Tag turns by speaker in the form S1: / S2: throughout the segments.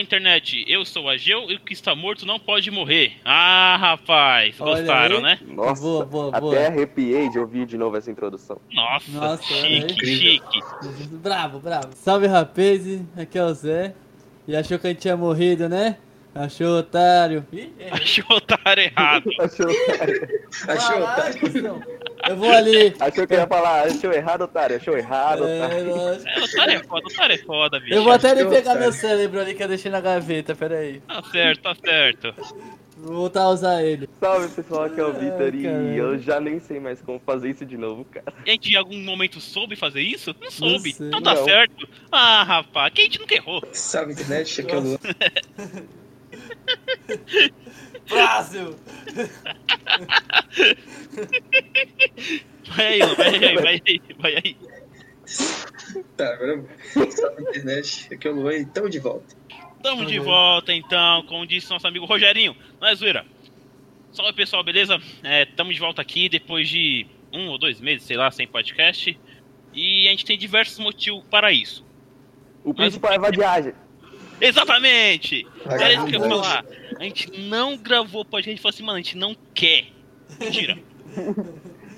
S1: internet, eu sou a Geu e o que está morto não pode morrer. Ah, rapaz,
S2: Olha
S1: gostaram,
S2: aí.
S1: né?
S3: Nossa,
S2: Boa, boa,
S3: até
S2: boa.
S3: arrepiei de ouvir de novo essa introdução.
S1: Nossa,
S2: Nossa, olha aí.
S1: chique, chique.
S2: Bravo, bravo. Salve rapazes, aqui é o Zé. E achou que a gente tinha morrido, né? Achou, otário. Ih, é, errei.
S1: Achou o otário errado.
S3: Achou,
S4: Achou?
S2: Caralho, cuzão. Eu vou ali.
S3: achou que eu ia falar, achou errado, otário, achou errado, otário.
S2: É, lógico.
S1: É, o otário é foda, o otário é foda, bicho.
S2: eu vou até ali
S4: Achou,
S2: pegar meu
S4: otário.
S2: cérebro ali que eu deixei na gaveta, peraí.
S1: Tá certo, tá certo.
S2: Vou voltar a usar ele.
S3: Salve pessoal, aqui é o
S2: Ai,
S3: Vitor
S2: cara.
S3: e eu já nem sei mais como fazer isso de novo, cara.
S1: E a gente em algum momento soube fazer isso? Não soube.
S2: sei.
S1: então tá
S3: Não.
S1: certo. Ah, rapaz, que a gente nunca errou.
S4: Salve internet, aqui é o Luan.
S2: Brasil!
S1: Vai aí, Lu, vai aí, vai aí, vai aí.
S4: Tá, agora Salve internet, aqui é o Luan e tamo de volta.
S1: Tamo de
S2: Uhum.
S1: volta então, como disse nosso amigo Rogerinho. Não é zoeira. Salve pessoal, beleza? É, tamo de volta aqui depois de um ou dois meses, sei lá, sem podcast. E a gente tem diversos motivos para isso.
S3: O
S1: Mas-
S3: principal é vadiagem.
S1: Exatamente! Era isso que eu ia
S4: Vagabundo.
S1: falar. A gente não gravou podcast, a gente falou assim, mano, a gente não quer. Mentira.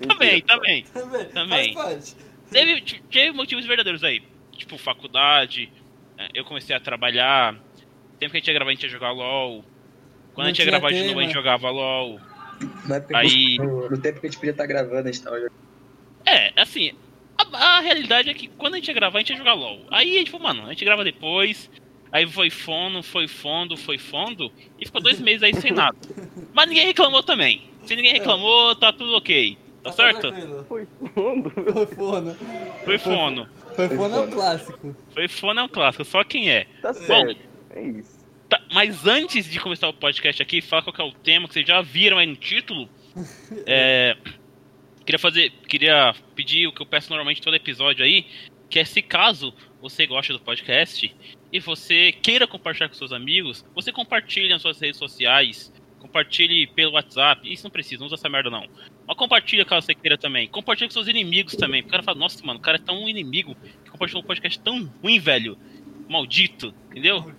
S1: Tá bem, tá bem.
S2: Também.
S1: Também. Tá
S2: Faz parte.
S1: teve, t- teve motivos verdadeiros aí. Tipo, faculdade, eh, eu comecei a trabalhar. Sempre que a gente ia gravar, a gente ia jogar LOL. Quando
S2: Não
S1: a gente ia
S2: tinha
S1: gravar de novo,
S2: tema.
S1: a gente jogava LOL.
S4: Na época
S1: Aí.
S4: que- No, no tempo que a gente podia estar gravando, a gente tava jogando.
S1: É, assim, a, a realidade é que quando a gente ia gravar, a gente ia jogar LOL. Aí a gente falou, mano, a gente grava depois. Aí foi fono, foi fundo, foi fundo. E ficou dois meses aí sem nada. Mas ninguém reclamou também. Se ninguém reclamou, tá tudo ok. Tá certo?
S2: tranquilo.
S3: Foi fundo.
S2: Foi fono.
S1: Foi fono.
S2: Foi fono é um
S4: fono.
S2: clássico.
S1: Foi fono é um clássico, só quem é.
S3: Tá certo. É isso.
S1: Tá, mas antes de começar o podcast aqui, fala qual que é o tema que vocês já viram aí no título. É, queria fazer, queria pedir o que eu peço normalmente em todo episódio aí, que é se caso você gosta do podcast e você queira compartilhar com seus amigos, você compartilhe nas suas redes sociais, compartilhe pelo WhatsApp, isso não precisa, não usa essa merda não. Mas compartilha caso você queira também, compartilha com seus inimigos também. O cara fala, nossa mano, o cara é tão inimigo que compartilhou um podcast tão ruim, velho, maldito, entendeu?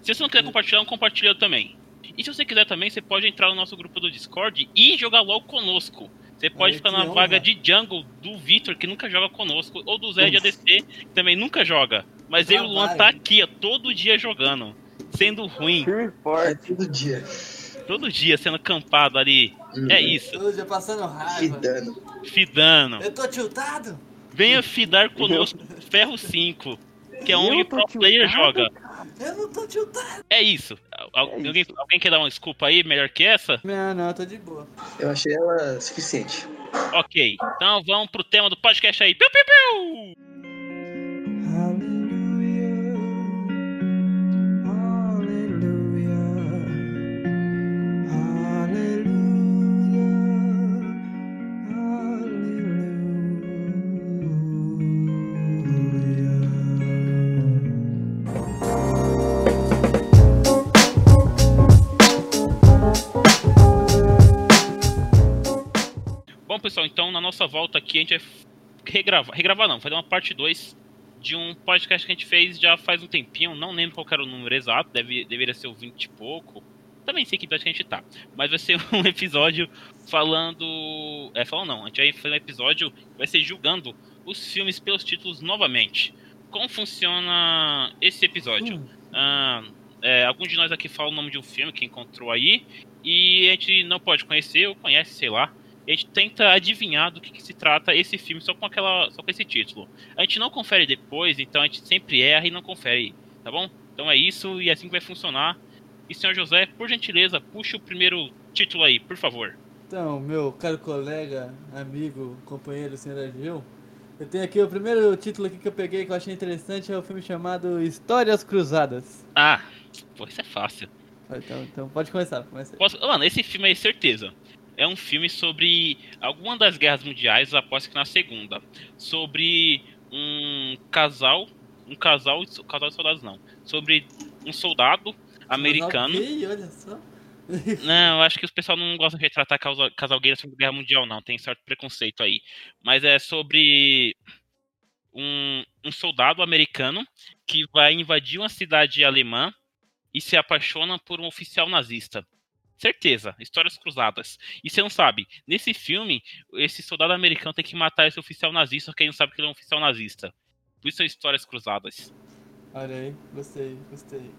S1: Se você não quiser compartilhar, não compartilha também. E se você quiser também, você pode entrar no nosso grupo do Discord e jogar LOL conosco. Você pode
S2: Olha,
S1: ficar
S2: que
S1: na
S2: honra.
S1: vaga de jungle do Victor, que nunca joga conosco, ou do Zé de ADC, que também nunca joga. Mas eu e o Luan
S2: Trabalho.
S1: tá aqui, ó, todo dia jogando. Sendo ruim,
S3: Firme e
S4: É
S3: forte.
S4: todo dia. Hum,
S1: todo dia sendo campado ali. É isso,
S2: Hoje eu passando
S4: Que
S2: raiva.
S4: dano.
S1: fidando.
S2: Eu tô tiltado?
S1: Venha fidar conosco, Ferro 5, que é onde
S3: Eu
S1: o
S3: tô
S1: pro player
S3: tiltado,
S1: joga.
S2: Eu não tô tiltado.
S1: É isso. Al-
S3: É
S1: alguém- alguém quer dar uma desculpa aí, melhor que essa?
S2: Não, não, eu tô de boa.
S4: Eu achei ela suficiente.
S1: Ok, então vamos pro tema do podcast aí. Piu, piu, piu! Bom, pessoal, então na nossa volta aqui a gente vai regravar. Regravar não, fazer uma parte 2 de um podcast que a gente fez já faz um tempinho. Não lembro qual que era o número exato, deve, deveria ser o 20 e pouco. Também sei que episódio que a gente tá. Mas vai ser um episódio falando. É, falando não, a gente vai fazer um episódio que vai ser julgando os filmes pelos títulos novamente. Como funciona esse episódio?
S2: Hum.
S1: Ah, é, algum de nós aqui fala o nome de um filme que encontrou aí e a gente não pode conhecer ou conhece, sei lá. E a gente tenta adivinhar do que, que se trata esse filme só com aquela, só com esse título. A gente não confere depois, então a gente sempre erra e não confere, tá bom? Então é isso e é assim que vai funcionar. E senhor José, por gentileza, puxa o primeiro título aí, por favor.
S2: Então, meu caro colega, amigo, companheiro, senhor Agil, eu tenho aqui o primeiro título aqui que eu peguei que eu achei interessante, é o filme chamado Histórias Cruzadas.
S1: Ah, pô, isso é fácil.
S2: Ah, Então, então pode começar, começa aí.
S1: Posso- oh, Mano, esse filme aí, certeza. É um filme sobre alguma das guerras mundiais, após que na segunda. Sobre um casal. Um casal. de so- Casal de soldados, não. Sobre um soldado americano.
S2: Ih, olha só.
S1: Não, eu acho que os pessoal não gostam de retratar casal, casal gay na Segunda Guerra Mundial, não. Tem certo preconceito aí. Mas é sobre um, um soldado americano que vai invadir uma cidade alemã e se apaixona por um oficial nazista. Certeza, histórias cruzadas. E você não sabe, nesse filme, esse soldado americano tem que matar esse oficial nazista, só que ele não sabe que ele é um oficial nazista. Por isso são histórias cruzadas.
S2: Olha aí, gostei, gostei.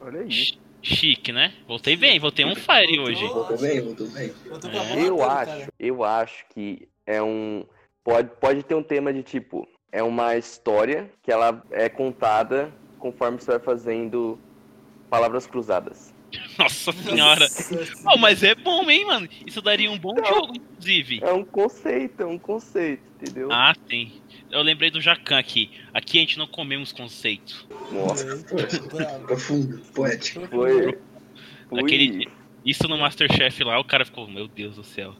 S3: Olha aí.
S1: Chi- Chique, né? Voltei bem, voltei um fire hoje.
S4: Voltou bem, voltou bem.
S2: Eu tô com a bola
S3: Eu
S2: toda,
S3: acho,
S2: tá cara.
S3: eu acho que é um. Pode, pode ter um tema de tipo. É uma história que ela é contada conforme você vai fazendo palavras cruzadas.
S1: Nossa senhora.
S2: Nossa
S1: Oh, mas é bom, hein, mano? Isso daria um bom jogo, inclusive.
S3: É um conceito, é um conceito, entendeu?
S1: Ah, sim. Eu lembrei do Jacan aqui. Aqui a gente não comemos conceito.
S3: Nossa,
S2: senhora. Bravo.
S4: Profundo, poético.
S3: foi. Fui.
S1: Aquele- Isso no Masterchef lá, o cara ficou, meu Deus do céu.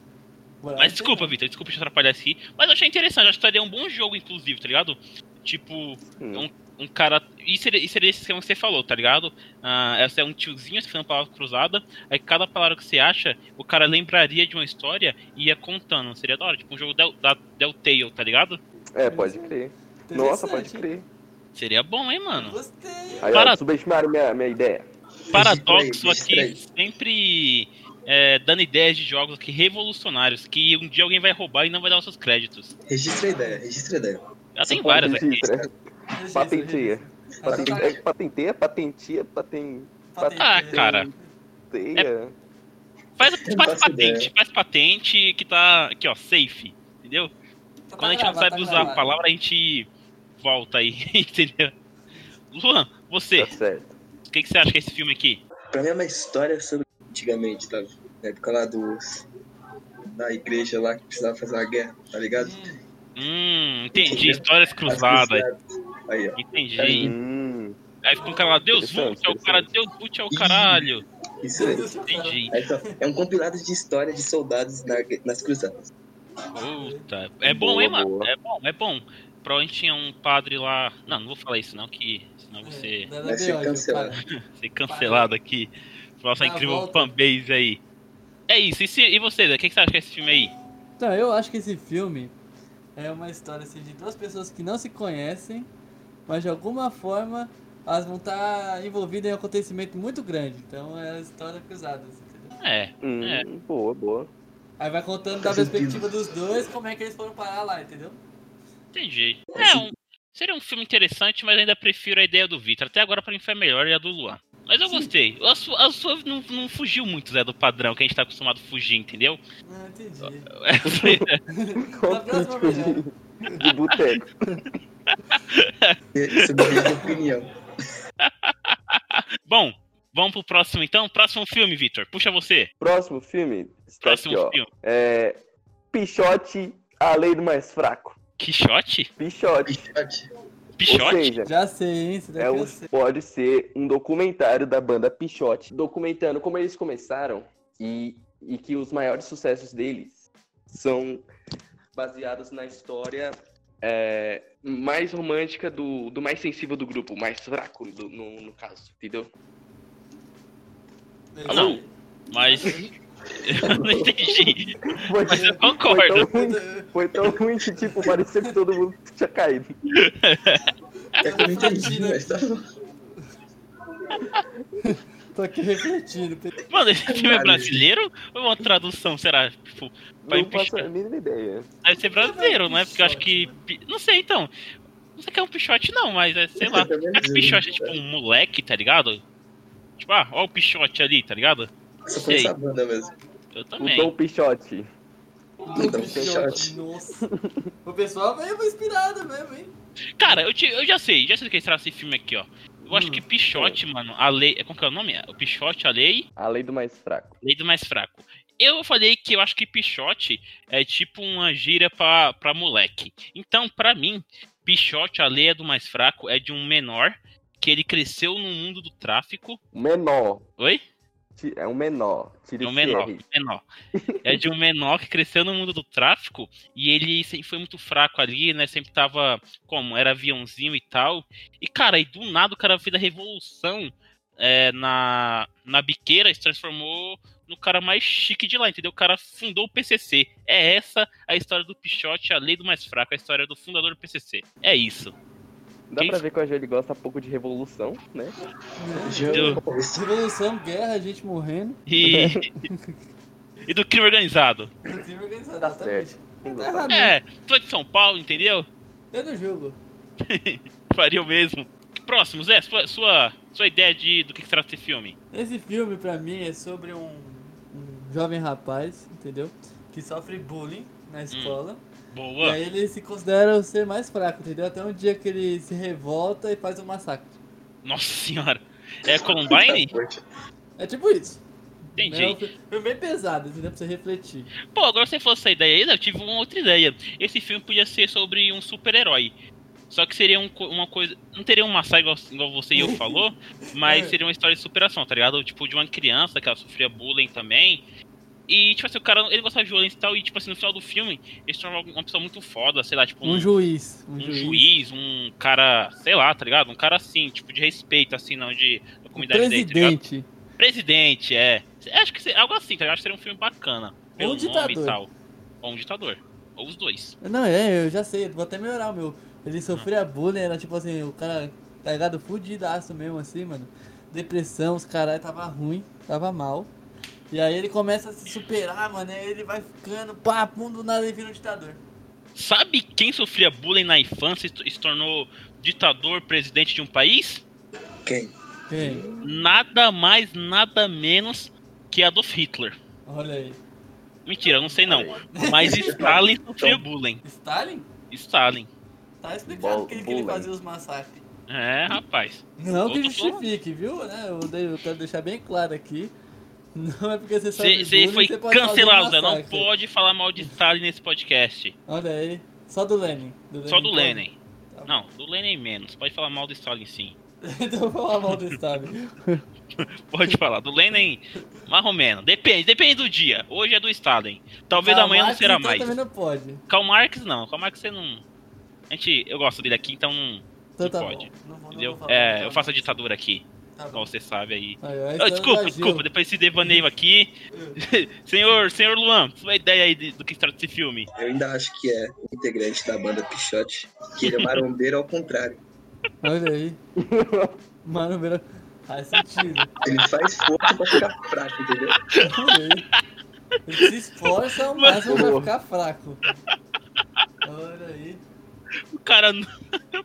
S2: Bravo.
S1: Mas desculpa, Vitor, desculpa te atrapalhar aqui. Mas eu achei interessante, acho que seria um bom jogo, inclusive, tá ligado? Tipo,
S3: Hum,
S1: um cara. Isso seria, isso seria esse esquema que você falou, tá ligado? Ah, essa é um tiozinho falando palavra cruzada. Aí cada palavra que você acha, o cara lembraria de uma história e ia contando. Seria da hora, tipo um jogo Del, da Del Tale, tá ligado?
S3: É, pode crer. Nossa, pode
S2: Interessante.
S3: crer.
S1: Seria bom, hein, mano?
S2: Gostei.
S3: Aí,
S1: Para-
S3: ó, subestimaram minha, minha ideia.
S1: Paradoxo
S4: Estranho,
S1: aqui, sempre é, dando ideias de jogos aqui revolucionários, que um dia alguém vai roubar e não vai dar os seus créditos.
S4: Registra a ideia, registra a ideia.
S1: Já tem várias aqui.
S3: Registra. Patenteia. né? Patenteia,
S4: Patenteia.
S3: patenteia, patenteia, patenteia.
S1: Ah, cara. É, Faz,
S4: não
S1: faz
S4: faço
S1: patente,
S4: ideia.
S1: faz patente que tá aqui, ó, safe, entendeu? Quando a gente não sabe usar a palavra, a gente volta aí, entendeu? Luan, você,
S3: Tá certo.
S1: o que, que você acha que é esse filme aqui?
S4: Pra mim é uma história sobre antigamente, tá? Na época lá dos. Da igreja lá que precisava fazer uma guerra, tá ligado?
S1: Hum, entendi, histórias cruzadas,
S4: Aí, ó.
S1: entendi.
S3: Hum,
S1: Aí fica um cara lá, Deus Vult é o cara, Deus Vult é o caralho,
S4: Isso aí.
S1: entendi.
S4: Aí, então, é um compilado de histórias de soldados na- nas cruzadas.
S1: Puta, é bom, hein,
S3: Boa,
S1: mano?
S3: boa.
S1: É bom, é bom. Provavelmente tinha um padre lá, não, não vou falar isso não, que senão você...
S2: É,
S4: Vai ser cancelado.
S1: ser cancelado aqui. Nossa
S2: Na
S1: incrível
S2: volta.
S1: fanbase aí. É isso. E, se, e você, Zé? O que, que você acha que é esse filme aí?
S2: Não, Então, eu acho que esse filme é uma história assim, de duas pessoas que não se conhecem, mas de alguma forma elas vão estar envolvidas em um acontecimento muito grande. Então é a história cruzada. assim, entendeu?
S1: É.
S3: hum,
S1: É.
S3: Boa, boa.
S2: Aí vai contando da
S4: Faz sentido.
S2: perspectiva dos dois como é que eles foram parar lá, entendeu?
S1: Entendi. É um- seria um filme interessante, mas ainda prefiro a ideia do Vitor. Até agora, pra mim, foi a melhor e a do Luan. Mas eu gostei. A sua, a sua não, não fugiu muito, Zé, do padrão que a gente tá acostumado a fugir, entendeu?
S2: Ah, entendi.
S3: Qual é
S2: próxima né?
S3: crítico de, de boteco?
S4: Sobre a minha opinião.
S1: Bom, vamos pro próximo então. Próximo filme, Vitor. Puxa você.
S3: Próximo filme? Está aqui,
S1: Próximo
S3: Tá ó.
S1: filme.
S3: É, Pichote, a lei do mais fraco.
S1: Quixote?
S3: Pichote.
S4: Pichote.
S1: Pichote?
S3: Ou seja,
S2: Já sei, hein? Esse daqui
S3: é um-
S2: eu sei.
S3: pode ser um documentário da banda Pichote, documentando como eles começaram e, e que os maiores sucessos deles são baseados na história é, mais romântica do, do mais sensível do grupo, mais fraco do- no, no caso, entendeu?
S1: Ah, Não, mas. Eu não entendi.
S3: Foi,
S1: Mas eu
S3: foi tão
S1: concordo.
S3: ruim, foi tão ruim que, tipo, parecia que todo mundo tinha caído.
S4: É que eu não entendi,
S2: né?
S4: mas tá bom.
S2: Tô aqui refletindo.
S1: Mano, esse filme é
S4: Caralho.
S1: brasileiro? Ou é uma tradução, será? Tipo, Vai
S3: Não faço
S1: pichar.
S3: a mínima ideia.
S1: deve ser brasileiro, né? Porque eu acho que. pi- Não sei então. Não sei que é um pichote, não, mas é, sei lá.
S4: Também
S1: Será que
S4: não.
S1: pichote é tipo um moleque, tá ligado? Tipo, ah, ó o pichote ali, tá ligado?
S4: Só foi essa banda mesmo.
S1: Eu
S3: O
S1: também.
S3: Dom Pichote.
S1: Ah,
S4: Então, pichote.
S2: Nossa. O pessoal veio inspirado mesmo, hein?
S1: Cara, eu, te- eu já sei, já sei do que será esse filme aqui, ó. Eu acho que pichote, mano, a lei. Como que é o nome? O pichote, a lei.
S3: A lei do mais fraco.
S1: Lei do mais fraco. Eu falei que eu acho que pichote é tipo uma gíria pra, pra moleque. Então, pra mim, pichote, a lei é do mais fraco, é de um menor que ele cresceu no mundo do tráfico.
S3: O menor.
S1: Oi?
S3: Ti- É um menor. Tira
S1: É um
S3: esse
S1: menor.
S3: R.
S1: menor. É de um menor que cresceu no mundo do tráfico e ele sempre foi muito fraco ali, né? Sempre tava como? Era aviãozinho e tal. E, cara, aí do nada o cara fez a revolução é, na, na biqueira e se transformou no cara mais chique de lá, entendeu? O cara fundou o PCC. É essa a história do Pichote, a lei do mais fraco, a história do fundador do PCC. É isso.
S3: Dá
S1: Quem-
S3: pra ver que o AJ ele gosta pouco de revolução, né?
S4: Já-
S2: Revolução, guerra, gente morrendo.
S1: E. e do crime organizado.
S2: Inclusive organizado,
S3: Tá
S2: exatamente.
S3: Quem
S2: Tá
S3: gosta?
S2: errado, não.
S1: É, tô de São Paulo, entendeu?
S2: Eu não julgo.
S1: Faria o mesmo. Próximo, Zé, sua, sua, sua ideia de do que, que trata esse filme.
S2: Esse filme, pra mim, é sobre um, um jovem rapaz, entendeu? Que sofre bullying
S1: Hum.
S2: na escola. E
S1: Boa.
S2: aí ele se considera o ser mais fraco, entendeu? Até um dia que ele se revolta e faz um massacre.
S1: Nossa senhora. É
S4: tá
S1: Columbine?
S2: É tipo isso.
S1: Entendi.
S2: É um fi- filme bem pesado, entendeu? Pra você refletir.
S1: Pô, agora se fosse essa ideia aí, né, eu tive uma outra ideia. Esse filme podia ser sobre um super-herói. Só que seria um co- uma coisa. Não teria uma saga igual, igual você e eu falou, mas
S2: É.
S1: seria uma história de superação, tá ligado? Tipo, de uma criança que ela sofria bullying também. E, tipo assim, o cara, ele gostava de violência e tal, e, tipo assim, no final do filme, ele se tornava uma pessoa muito foda, sei lá, tipo,
S2: Um juiz. Um,
S1: um
S2: juiz.
S1: juiz, um cara, sei lá, tá ligado? Um cara assim, tipo, de respeito, assim, não, de da
S2: Um
S1: comunidade dele, tá ligado?
S2: presidente.
S1: Presidente, é. Acho que se- algo assim, tá ligado? Acho que seria um filme bacana. Pelo
S2: Ou um
S1: nome
S2: ditador.
S1: e tal. Ou um ditador. Ou os dois.
S2: Não, é, eu já sei, vou até melhorar o meu. Ele sofria bullying, era tipo assim, o cara, tá ligado? Fudidaço mesmo, assim, mano. Depressão, os caras tava ruim, tava mal. E aí ele começa a se superar, mano, e aí ele vai ficando, pá, pum, do nada ele vira um ditador.
S1: Sabe quem sofria bullying na infância e t- se tornou ditador, presidente de um país?
S4: Quem?
S2: Quem?
S1: Nada mais, nada menos que Adolf Hitler.
S2: Olha aí.
S1: Mentira, não sei não. Mas Stalin sofria bullying.
S2: Stalin?
S1: Stalin.
S2: Tá explicado
S3: Bol-
S2: porque ele queria
S3: bullying.
S2: fazer os massacres.
S1: É, rapaz.
S2: Não que
S1: Outro
S2: justifique, viu? né? Eu, dei- eu quero deixar bem claro aqui. Não é porque você sabe
S1: Você foi
S2: pode fazer um
S1: cancelado, Zé. Não
S2: massacre.
S1: pode falar mal de Stalin nesse podcast.
S2: Olha aí. Só do Lenin.
S1: Só do
S2: pode?
S1: Lenin.
S2: Tá bom.
S1: Não, do Lenin menos. Pode falar mal do Stalin sim.
S2: então eu vou falar mal do Stalin.
S1: Pode falar, do Lenin, mais ou menos. Depende, depende do dia. Hoje é do Stalin. Talvez
S2: Karl
S1: amanhã não
S2: Marx,
S1: será
S2: então,
S1: mais.
S2: também não pode.
S1: Karl Marx não, Karl Marx você não. A gente, eu gosto dele aqui, então não.
S2: Então tá
S1: pode.
S2: bom. Não vou- não
S1: Entendeu?
S2: vou falar mal do
S1: É,
S2: Karl
S1: eu faço a
S2: Marx.
S1: ditadura aqui,
S2: Tá bom.
S1: igual você sabe aí.
S2: Aí, aí,
S1: Ah,
S2: então
S1: desculpa,
S2: invadiu.
S1: desculpa, depois desse devaneio aqui. senhor, senhor Luan, sua ideia aí de- do que se trata esse filme?
S4: Eu ainda acho que é o integrante da banda Pichote, que ele é marombeiro ao contrário.
S2: Olha aí. Mano, vira... Faz sentido.
S4: Ele faz força pra ficar fraco, entendeu?
S2: Olha aí. Ele se esforça ao máximo pra ficar fraco. Olha aí.
S1: O cara. não-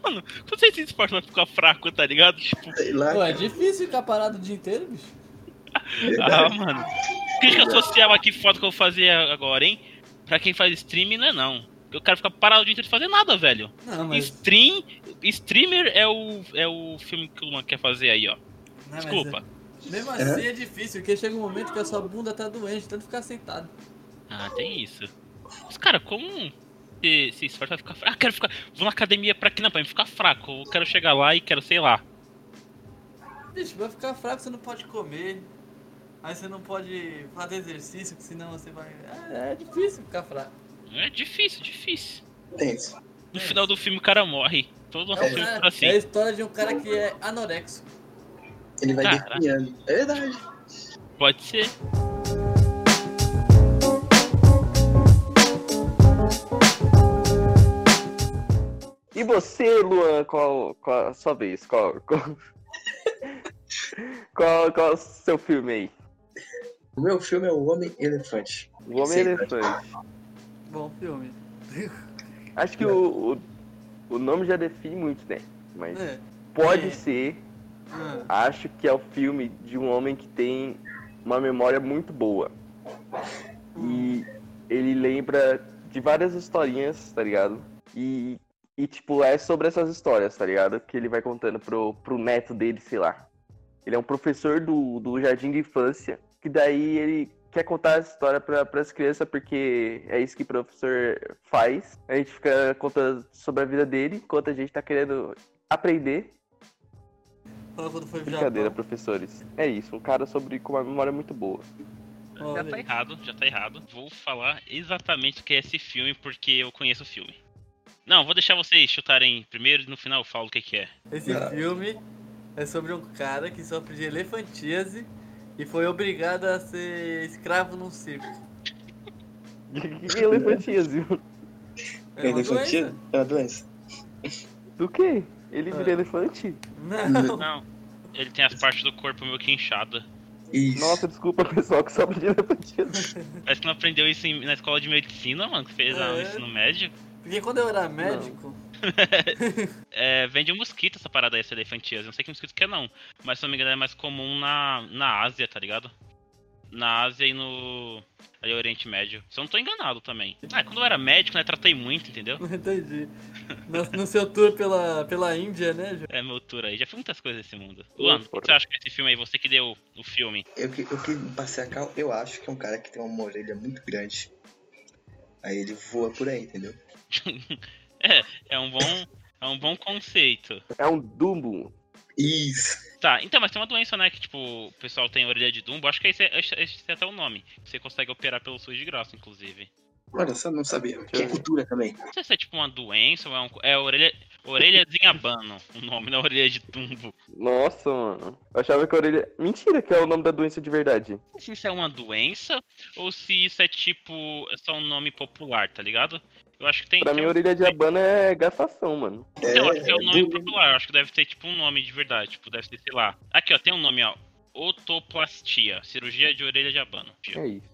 S1: Mano, quando você se esforça pra ficar fraco, tá ligado? Tipo,
S4: Sei lá, é
S2: Ué, é difícil ficar parado o dia inteiro, bicho.
S1: ah,
S4: verdade.
S1: mano. Crítica social aqui, foda que eu vou fazer agora, hein? Pra quem faz stream, não é não. Porque o cara fica parado o dia inteiro sem fazer nada, velho.
S2: Não, mas... né,
S1: Stream, streamer é o, é o filme que o Luan quer fazer aí, ó.
S2: não, mas-
S1: Desculpa.
S2: Mesmo assim é difícil, porque chega um momento que a sua bunda tá doente, tanto ficar sentado.
S1: Ah, tem isso. Mas, cara, como se, se esforça pra ficar fraco? Ah, quero ficar. Vou na academia pra que não, pra mim ficar fraco. Eu quero chegar lá e quero, sei lá.
S2: Bicho, vai ficar fraco, você não pode comer. Aí você não pode fazer exercício, que senão você vai. É, é difícil ficar fraco.
S1: É difícil, difícil.
S4: é Tenso.
S1: No final do filme o cara morre. Todo nosso
S2: É, o
S1: filme
S2: cara-
S1: tá assim.
S2: é a história de um cara que é anorexico.
S4: Ele vai
S1: Caraca.
S4: definhando. É verdade.
S1: Pode ser.
S3: E você, Luan, qual, qual a sua vez? Qual, qual... qual, qual é o seu filme aí?
S4: O meu filme é O Homem Elefante.
S3: O Homem
S4: Sim.
S3: Elefante.
S2: Bom filme.
S3: Acho que o, o, o nome já define muito, né? Mas
S2: É.
S3: pode
S2: É.
S3: ser,
S2: Ah,
S3: acho que é o filme de um homem que tem uma memória muito boa. E ele lembra de várias historinhas, tá ligado? E, e tipo, é sobre essas histórias, tá ligado? Que ele vai contando pro, pro neto dele, sei lá. Ele é um professor do, do jardim de infância, que daí ele quer contar essa história pra, pras crianças, porque é isso que professor faz. A gente fica contando sobre a vida dele, enquanto a gente tá querendo aprender.
S2: Fala quando foi pro
S3: Brincadeira,
S2: Japão.
S3: professores. É isso, um cara sobre com uma memória muito boa.
S1: Já
S2: Olha
S1: tá
S2: aí.
S1: errado, já tá errado. Vou falar exatamente o que é esse filme, porque eu conheço o filme. Não, vou deixar vocês chutarem primeiro e no final eu falo o que, que é.
S2: Esse
S4: Não.
S2: filme é sobre um cara que sofre de elefantíase e foi obrigado a ser escravo num circo.
S3: Que elefantismo.
S2: É uma doença.
S4: Elefantismo? É uma doença.
S3: Do quê? Ele vira
S1: É.
S3: elefante?
S2: Não.
S1: Não. Ele tem as partes do corpo meio que inchada.
S4: Isso.
S3: Nossa, desculpa, pessoal, que sabe de elefante.
S1: Parece que não aprendeu isso em- na escola de medicina, mano, que fez a-
S2: É.
S1: o ensino médio.
S2: Porque quando eu era médico,
S1: É, vende um mosquito essa parada aí, essa elefantias. Não sei que mosquito que é, não. Mas, se não me engano, é mais comum na, na Ásia, tá ligado? Na Ásia e no ali, Oriente Médio. Se eu não tô enganado também. Ah, quando eu era médico, né, tratei muito, entendeu?
S2: não entendi. No, no seu tour pela, pela Índia, né, Ju?
S1: É meu tour aí. Já fiz muitas coisas nesse mundo. Luan, o que você acha desse filme aí? Você que deu o filme.
S4: Eu, que- eu que passei a cal, eu acho que é um cara que tem uma orelha muito grande. Aí ele voa por aí, entendeu?
S1: É um bom, é um bom conceito.
S3: É um Dumbo.
S4: Isso.
S1: Tá, então, mas tem uma doença, né? Que, tipo, o pessoal tem orelha de Dumbo. Acho que esse é, esse esse é até o nome. Você consegue operar pelo SUS de graça, inclusive.
S4: Olha só, não sabia. Que é cultura também.
S1: Não sei se é, tipo, uma doença ou é um... É orelha... Orelha de Inhabano, o nome da orelha de Dumbo.
S3: Nossa, mano. Eu achava que a orelha. Mentira, que é o nome da doença de verdade.
S1: Não sei Se isso é uma doença ou se isso é, tipo, é só um nome popular, tá ligado? Eu acho que tem...
S3: Pra
S1: tem
S3: mim,
S1: um-
S3: orelha de abano é gastação, mano.
S1: Então, acho que é um nome
S4: bullying.
S1: popular, eu acho que deve ter tipo um nome de verdade, tipo, deve ter, sei lá. Aqui, ó, tem um nome, ó. Otoplastia, cirurgia de orelha de abano.
S3: É isso.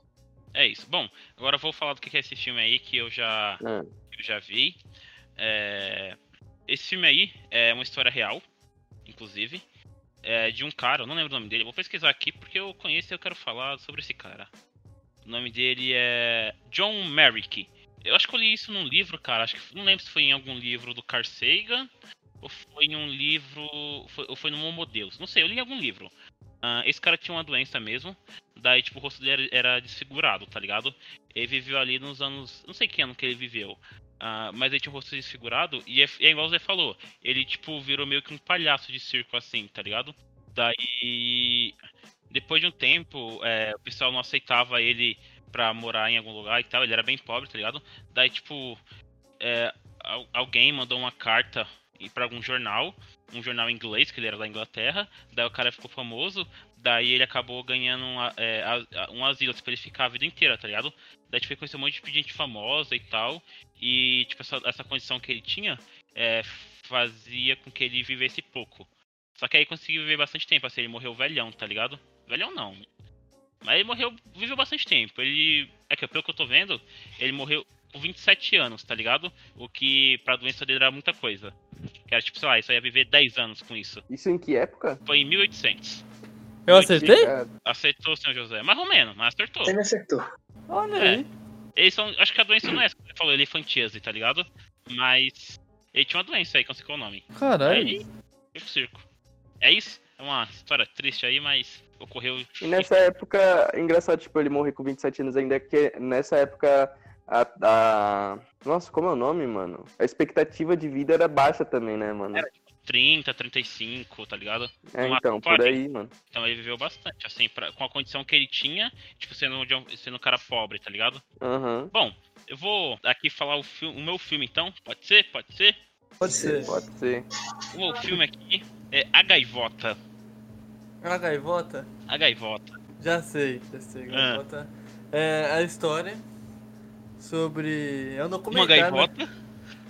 S1: É isso. Bom, agora eu vou falar do que que é esse filme aí que eu já,
S3: Ah.
S1: eu já vi. É, Esse filme aí é uma história real, inclusive, é de um cara, eu não lembro o nome dele, vou pesquisar aqui porque eu conheço e eu quero falar sobre esse cara. O nome dele é John Merrick. Eu acho que eu li isso num livro, cara. Acho que não lembro se foi em algum livro do Carl Sagan ou foi em um livro. Foi, ou foi no Homo Deus. Não sei, eu li em algum livro. Ah, esse cara tinha uma doença mesmo. Daí, tipo, o rosto dele era era desfigurado, tá ligado? Ele viveu ali nos anos. Não sei que ano que ele viveu. ah, mas ele tinha o rosto desfigurado. E é, e é igual você falou. Ele, tipo, virou meio que um palhaço de circo assim, tá ligado? Daí. Depois de um tempo, é, o pessoal não aceitava ele pra morar em algum lugar e tal. Ele era bem pobre, tá ligado? Daí, tipo. é, al- alguém mandou uma carta e pra algum jornal. Um jornal inglês, que ele era da Inglaterra. Daí o cara ficou famoso. Daí ele acabou ganhando um, a- é, a- a- um asilo, tipo, pra ele ficar a vida inteira, tá ligado? Daí, tipo, ele conheceu um monte de gente famosa e tal. E, tipo, essa, essa condição que ele tinha é, fazia com que ele vivesse pouco. Só que aí conseguiu viver bastante tempo, assim, ele morreu velhão, tá ligado? Velhão não. Mas ele morreu, viveu bastante tempo. Ele, é que pelo que eu tô vendo, ele morreu com 27 anos, tá ligado? O que pra doença dele era muita coisa. Que era, tipo, sei lá, ele só ia viver 10 anos com isso.
S3: Isso em que época?
S1: Foi em 1800.
S2: Eu acertei?
S3: Ah,
S1: Acertou, senhor José. Mais ou menos, mas acertou.
S4: Você me acertou.
S2: Olha
S1: É.
S2: aí.
S1: Eles são, acho que a doença não é essa que você falou, elefantíase, tá ligado? Mas ele tinha uma doença aí, que eu não sei qual é o nome.
S2: Caralho.
S1: Aí, foi pro circo. É isso? É uma história triste aí, mas ocorreu.
S3: E é nessa época, engraçado, tipo, ele morrer com 27 anos ainda, é porque nessa época a, a- Nossa, como é o nome, mano? A expectativa de vida era baixa também, né, mano?
S1: Era. 30, 35, tá ligado?
S3: É,
S1: uma
S3: então, por
S1: quarta.
S3: aí, mano.
S1: Então ele viveu bastante, assim, pra, com a condição que ele tinha, tipo, sendo, de um- sendo um cara pobre, tá ligado?
S3: Aham.
S1: Bom, eu vou aqui falar o, fi- o meu filme então. Pode ser? Pode ser?
S4: Pode ser.
S3: Pode ser.
S1: O meu filme aqui é A Gaivota.
S2: A gaivota?
S1: A Gaivota.
S2: Já sei, já sei.
S1: Ah.
S2: Gaivota. É a história sobre. É um
S1: Uma
S2: documentário. né?
S1: gaivota.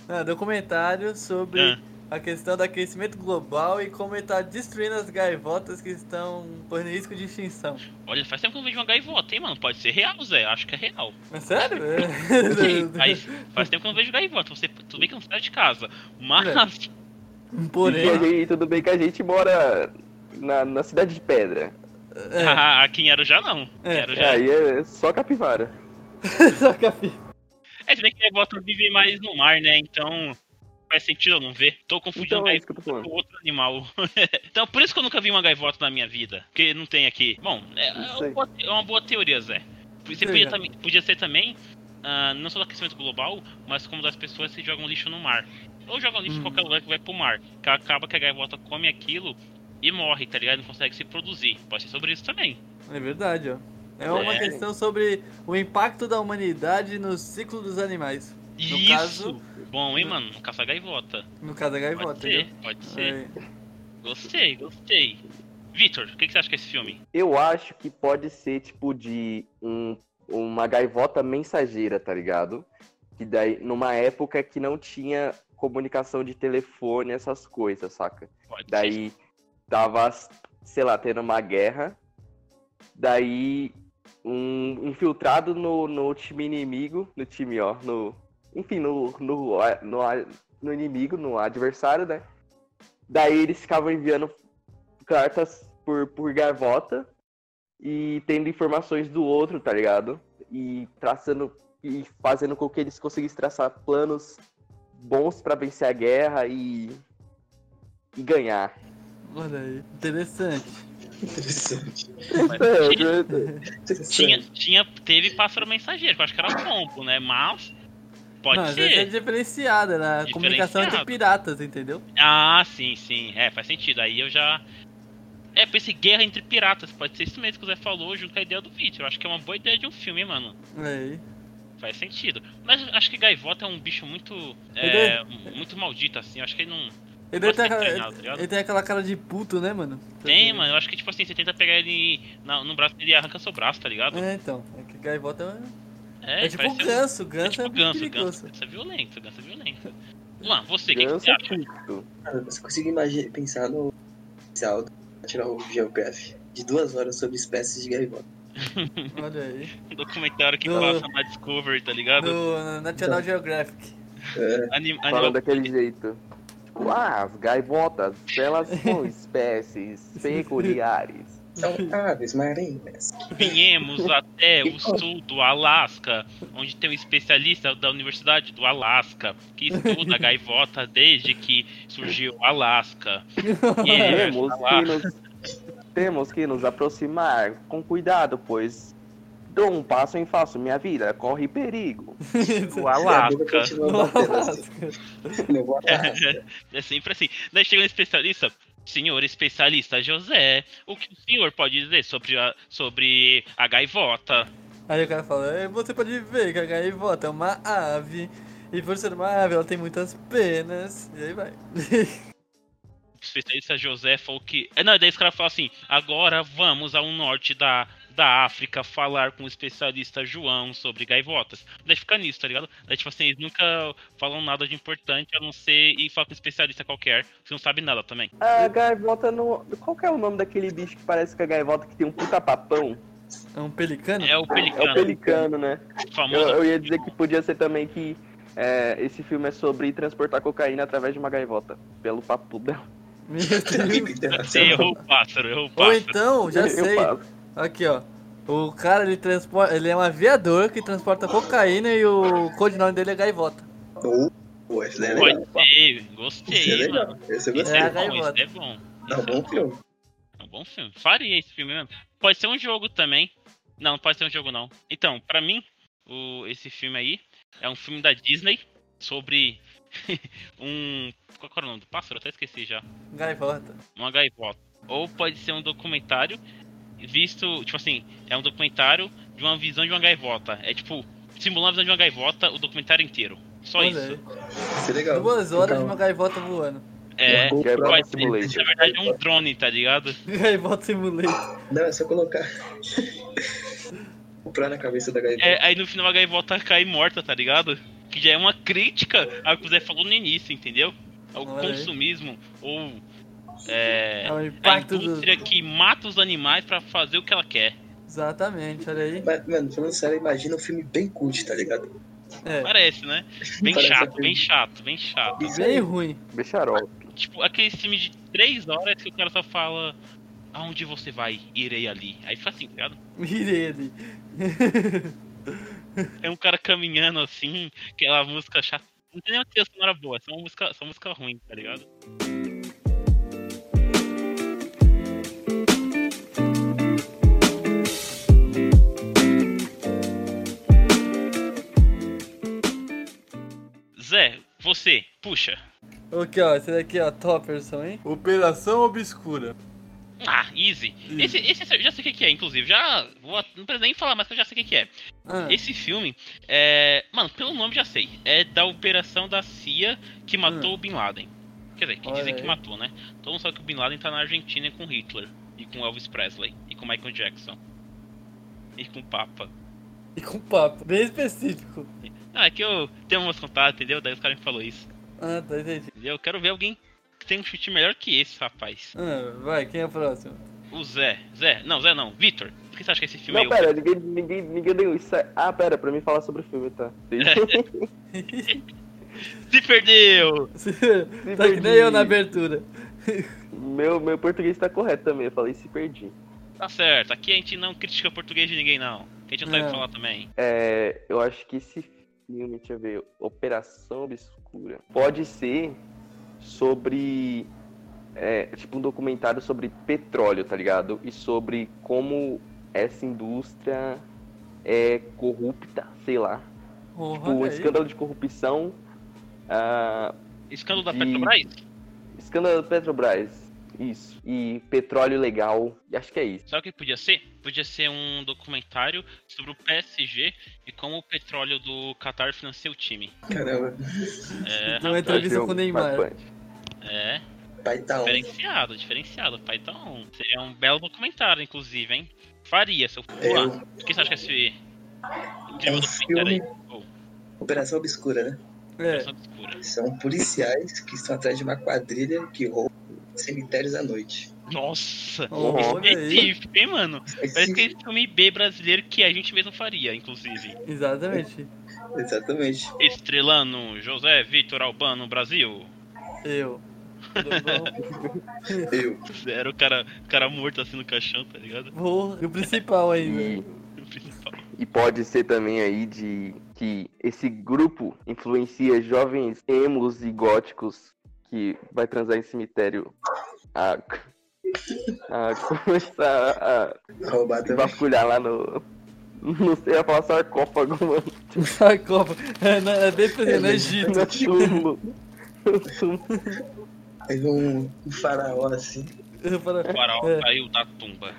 S2: Ah, documentário sobre
S1: Ah.
S2: a questão do aquecimento global e como ele tá destruindo as gaivotas que estão correndo risco de extinção.
S1: Olha, faz tempo que eu não vejo uma gaivota, hein, mano? Pode ser real, Zé. Acho que é real.
S2: Mas sério? É.
S1: Sim, faz, faz tempo que eu não vejo gaivota. Você, tudo bem que eu não saio de casa. Mas.
S3: E a
S2: Porém.
S3: gente- tudo bem que a gente mora na, na Cidade de Pedra.
S2: É,
S1: aqui em Arujá não.
S2: É.
S1: Em
S3: É,
S1: Arujá. É,
S3: aí é só capivara.
S2: só que a fi-
S1: É, se bem que gaivota vive mais no mar, né? Então. Faz sentido eu não ver. Tô confundindo
S3: Então é isso que eu tô
S1: gaivota
S3: falando.
S1: com outro animal. então, por isso que eu nunca vi uma gaivota na minha vida. Porque não tem aqui. Bom, é, é
S3: Não
S1: uma
S3: sei. é.
S1: boa te- é uma boa teoria, Zé. Você podia,
S2: Obrigado.
S1: também- podia ser também. ah, não só do aquecimento global, mas como das pessoas que jogam lixo no mar. Ou jogam lixo em
S2: Hum.
S1: qualquer lugar que vai pro mar. Que acaba que a gaivota come aquilo e morre, tá ligado? Não consegue se produzir. Pode ser sobre isso também.
S2: É verdade, ó. É uma
S1: É.
S2: questão sobre o impacto da humanidade no ciclo dos animais. No
S1: isso!
S2: caso-
S1: Bom,
S3: hum.
S1: hein, mano? Não caça gaivota.
S2: No caso da
S1: Pode
S2: gaivota,
S1: ser,
S2: né?
S1: pode ser.
S2: É.
S1: Gostei, gostei. Vitor, o que, que você acha que é esse filme?
S3: Eu acho que pode ser tipo de um- uma gaivota mensageira, tá ligado? Que daí, numa época que não tinha comunicação de telefone, essas coisas, saca?
S1: Pode ser.
S3: Daí tava, sei lá, tendo uma guerra. Daí um infiltrado no, no time inimigo, no time, ó, no. Enfim, no, no, no, no inimigo, no adversário, né? Daí eles ficavam enviando cartas por, por garvota e tendo informações do outro, tá ligado? E traçando e fazendo com que eles conseguissem traçar planos bons pra vencer a guerra e, e ganhar.
S2: Olha aí, interessante.
S4: Interessante.
S3: É,
S1: Tinha, tinha, teve pássaro mensageiro, que eu acho que era pombo, né? Mas. Pode
S2: Não, às vezes é
S1: ser.
S2: diferenciada, era a comunicação entre
S1: Diferenciado.
S2: piratas, entendeu?
S1: Ah, sim, sim. É, faz sentido. Aí eu já. É, pensei guerra entre piratas. Pode ser isso mesmo que o Zé falou, junto com a ideia do vídeo. Eu acho que é uma boa ideia de um filme, hein, mano.
S2: Aí.
S1: Faz sentido. Mas acho que gaivota é um bicho muito. É, muito maldito, assim. Eu acho que ele não.
S2: Ele, deve
S1: Gosta
S2: ter
S1: de
S2: aquela,
S1: treinar, tá ligado?
S2: ele tem aquela cara de puto, né, mano?
S1: Tem, mano. Eu acho que, tipo assim, você tenta pegar ele na- no braço, ele arranca seu braço, tá ligado?
S2: É, então. É que gaivota é,
S1: É,
S2: é tipo o
S1: parece um-
S2: ganso.
S1: É
S2: Ganso é,
S1: tipo ganso, ganso.
S2: perigoso.
S1: Ganso é violento, ganso é violento. Luan, você, o que, que
S3: Ganso
S1: você
S3: é
S1: acha?
S3: puto.
S4: Cara, você consigo imagi- pensar no especial do National Geographic de duas horas sobre espécies de gaivota.
S2: Olha aí.
S1: Um documentário que
S2: Não.
S1: passa na Discovery, tá ligado?
S2: No no National Geographic.
S4: É,
S1: Anim,
S3: Falando
S1: animal...
S3: daquele jeito. Tipo, ah, as gaivotas, elas são espécies peculiares.
S4: são aves marinhas.
S1: Vinhemos até o sul do Alasca, onde tem um especialista da Universidade do Alasca que estuda a gaivota desde que surgiu o Alasca. E ele
S3: Temos que,
S1: É, tá lá,
S3: nos, temos que nos aproximar com cuidado, pois dou um passo em faço minha vida, corre perigo.
S1: o
S4: Eu vou
S1: Alasca.
S4: continuar batendo assim, essa- Eu vou atrás.
S1: É sempre assim. Daí chega um especialista. Senhor especialista José, o que o senhor pode dizer sobre a, sobre a gaivota?
S2: Aí o cara fala, "É, você pode ver que a gaivota é uma ave. E por ser uma ave, ela tem muitas penas. E aí vai.
S1: O especialista José falou que. É, Não, daí os caras falam assim: agora vamos ao norte da, da África falar com o especialista João sobre gaivotas. Daí fica nisso, tá ligado? Daí, tipo assim, eles nunca falam nada de importante a não ser e falar com um especialista qualquer, que não sabe nada também.
S3: A gaivota não. Qual que é o nome daquele bicho que parece que a gaivota que tem um puta papão?
S2: É um pelicano?
S1: É o
S3: É o
S1: Pelicano,
S3: pelicano, né? Eu,
S1: famoso.
S3: eu ia dizer que podia ser também que é, esse filme é sobre transportar cocaína através de uma gaivota, pelo papo dela.
S2: Meu Deus.
S1: Você errou o pássaro, errou o
S2: Ou
S1: pássaro.
S2: então, já
S3: Eu
S2: sei.
S3: passo.
S2: Aqui, ó. O cara, ele transporta. Ele é um aviador que transporta cocaína e o codinome dele é gaivota.
S4: Ou- Pô, esse daí é legal.
S1: Gostei, gostei,
S4: Esse é
S1: mano.
S4: legal. Esse
S1: Isso
S4: eu gostei.
S1: é,
S2: É, a
S1: bom, isso
S2: gaivota.
S1: é bom.
S4: É um bom filme.
S1: É um bom filme. Faria esse filme mesmo. Pode ser um jogo também. Não, não pode ser um jogo não. Então, pra mim, o, esse filme aí é um filme da Disney sobre um. Qual que era o nome do pássaro? Eu até esqueci já. Um
S2: Gaivota.
S1: Uma gaivota. Ou pode ser um documentário, visto. Tipo assim, é um documentário de uma visão de uma gaivota. É tipo, simulando a visão de uma gaivota o documentário inteiro. Só
S2: Olha
S1: isso.
S2: aí.
S4: Isso é legal.
S2: Duas horas de
S4: Então,
S2: uma gaivota voando.
S1: É.
S4: uma GoPro
S1: Pode ser,
S3: Simulator.
S1: na verdade, é um drone, tá ligado?
S2: Gaivota simulator.
S4: Não, é só colocar. comprar na cabeça da gaivota.
S1: É, aí no final a gaivota cai morta, tá ligado? Que já é uma crítica ao que o Zé falou no início, entendeu? Ao
S2: Olha aí.
S1: consumismo ou é,
S2: É o
S1: a
S2: impacto do.
S1: indústria que mata os animais pra fazer o que ela quer.
S2: Exatamente, olha aí.
S4: Mas, mano, falando sério, imagina um filme bem cult, tá ligado?
S2: É.
S1: Parece, né? Bem
S4: Parece
S1: chato,
S4: aquele-
S1: bem chato, bem chato.
S4: Isso aí.
S2: Bem ruim.
S3: Bicharol.
S1: Tipo, aquele filme de três horas que o cara só fala aonde você vai, irei ali. Aí fica assim, tá ligado?
S2: Mirei ele.
S1: É um cara caminhando assim, aquela música chata. Não tem nenhuma trilha sonora boa, é só uma música, só uma música ruim, tá ligado? Zé, você, puxa.
S2: Aqui, ó, esse daqui, ó, Topperson, hein? Operação Obscura.
S1: Ah, easy. Esse, esse eu já sei o que que é, inclusive. Já. Vou, não precisa nem falar, mas que eu já sei o que que é.
S2: Ah,
S1: Esse filme é. Mano, pelo nome já sei. É da operação da CIA que matou o Bin Laden. Quer dizer, que
S2: Hum. Olha
S1: dizem que
S2: aí.
S1: matou, né? Todo mundo sabe que o Bin Laden tá na Argentina com Hitler. E com Elvis Presley. E com Michael Jackson. E com o Papa.
S2: E com papo, bem específico.
S1: Ah, é que eu tenho umas contatos, entendeu? Daí os caras me falaram isso.
S2: Ah, tá, entendi.
S1: Eu quero ver alguém que tem um chute melhor que esse, rapaz.
S2: Ah, vai, quem é o próximo?
S1: O Zé. Zé. Não, Zé não. Vitor. Por que você acha que esse filme
S3: Não,
S1: é o-
S3: pera, ninguém, ninguém, ninguém deu isso. Ah, pera, pra mim falar sobre o filme, tá?
S1: Se perdeu!
S2: tá que nem eu na abertura.
S3: meu, meu português tá correto também, eu falei se perdi.
S1: Tá certo. Aqui a gente não critica português de ninguém, não. A gente não sabe
S2: Não.
S1: falar também.
S3: É, eu acho que esse filme, deixa eu ver, Operação Obscura, pode ser sobre. é, tipo um documentário sobre petróleo, tá ligado? E sobre como essa indústria é corrupta, sei lá. Tipo,
S2: Porra,
S3: um
S2: olha aí.
S3: escândalo de corrupção. ah,
S1: Escândalo da
S3: De-
S1: Petrobras?
S3: escândalo da Petrobras. Isso. E petróleo legal. E acho que é isso.
S1: Sabe o que podia ser? Podia ser um documentário sobre o PSG e como o petróleo do Qatar financia o time.
S4: Caramba,
S1: É,
S2: Deu
S1: rapaz,
S2: uma entrevista
S3: Achei
S2: Então, com o Neymar.
S3: marcante.
S1: é
S4: pai tá on.
S1: diferenciado, diferenciado, pai. Então, seria um belo documentário, inclusive, hein? Faria, se eu for
S4: É,
S1: lá. O que você acha que é esse...
S4: É
S1: incrível
S4: um
S1: documentário
S4: filme.
S1: aí? Oh,
S4: Operação Obscura, né?
S2: É,
S1: essa obscura.
S4: São policiais que estão atrás de uma quadrilha que rouba cemitérios à noite.
S1: Nossa!
S2: olha aí.
S1: Específico, É hein, mano? Parece que é esse filme B brasileiro que a gente mesmo faria, inclusive.
S2: Exatamente.
S4: Exatamente.
S1: Estrelando José Vitor Albano Brasil.
S2: Eu. Tudo bom?
S4: Eu.
S1: Era o cara, o cara morto assim no caixão, tá ligado?
S2: Porra, E o principal ainda.
S3: E, e pode ser também aí de que esse grupo influencia jovens emos e góticos que vai transar em cemitério a, a começar a
S4: Roubar
S3: se
S4: também.
S3: vasculhar lá no. Não sei, eu ia falar sarcófago, mano.
S2: A Copa. É, na- é bem presente, no Egito.
S4: É,
S3: No túmulo. No túmulo.
S4: Aí vem um, um faraó assim.
S2: Eu falo,
S1: O faraó
S2: É.
S1: saiu da tumba.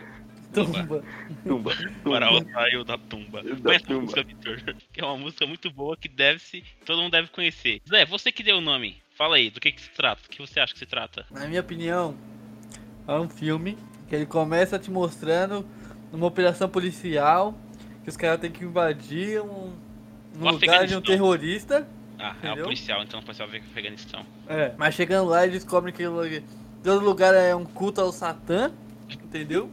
S2: tumba.
S3: Tumba.
S1: O faraó saiu da tumba.
S3: Da
S1: Conhece essa
S3: tumba.
S1: música, Vitor? Que é uma música muito boa que deve se. Todo mundo deve conhecer. Zé, você que deu o nome. Fala aí, do que, que se trata? O que você acha que se trata?
S2: Na minha opinião, é um filme que ele começa te mostrando uma operação policial que os caras têm que invadir um,
S1: O
S2: um lugar de um
S1: Afeganistão.
S2: terrorista.
S1: Ah, é o
S2: Entendeu?
S1: policial, então o policial veio pro Afeganistão.
S2: É, mas chegando lá eles descobrem que lu- todo lugar é um culto ao Satã, entendeu?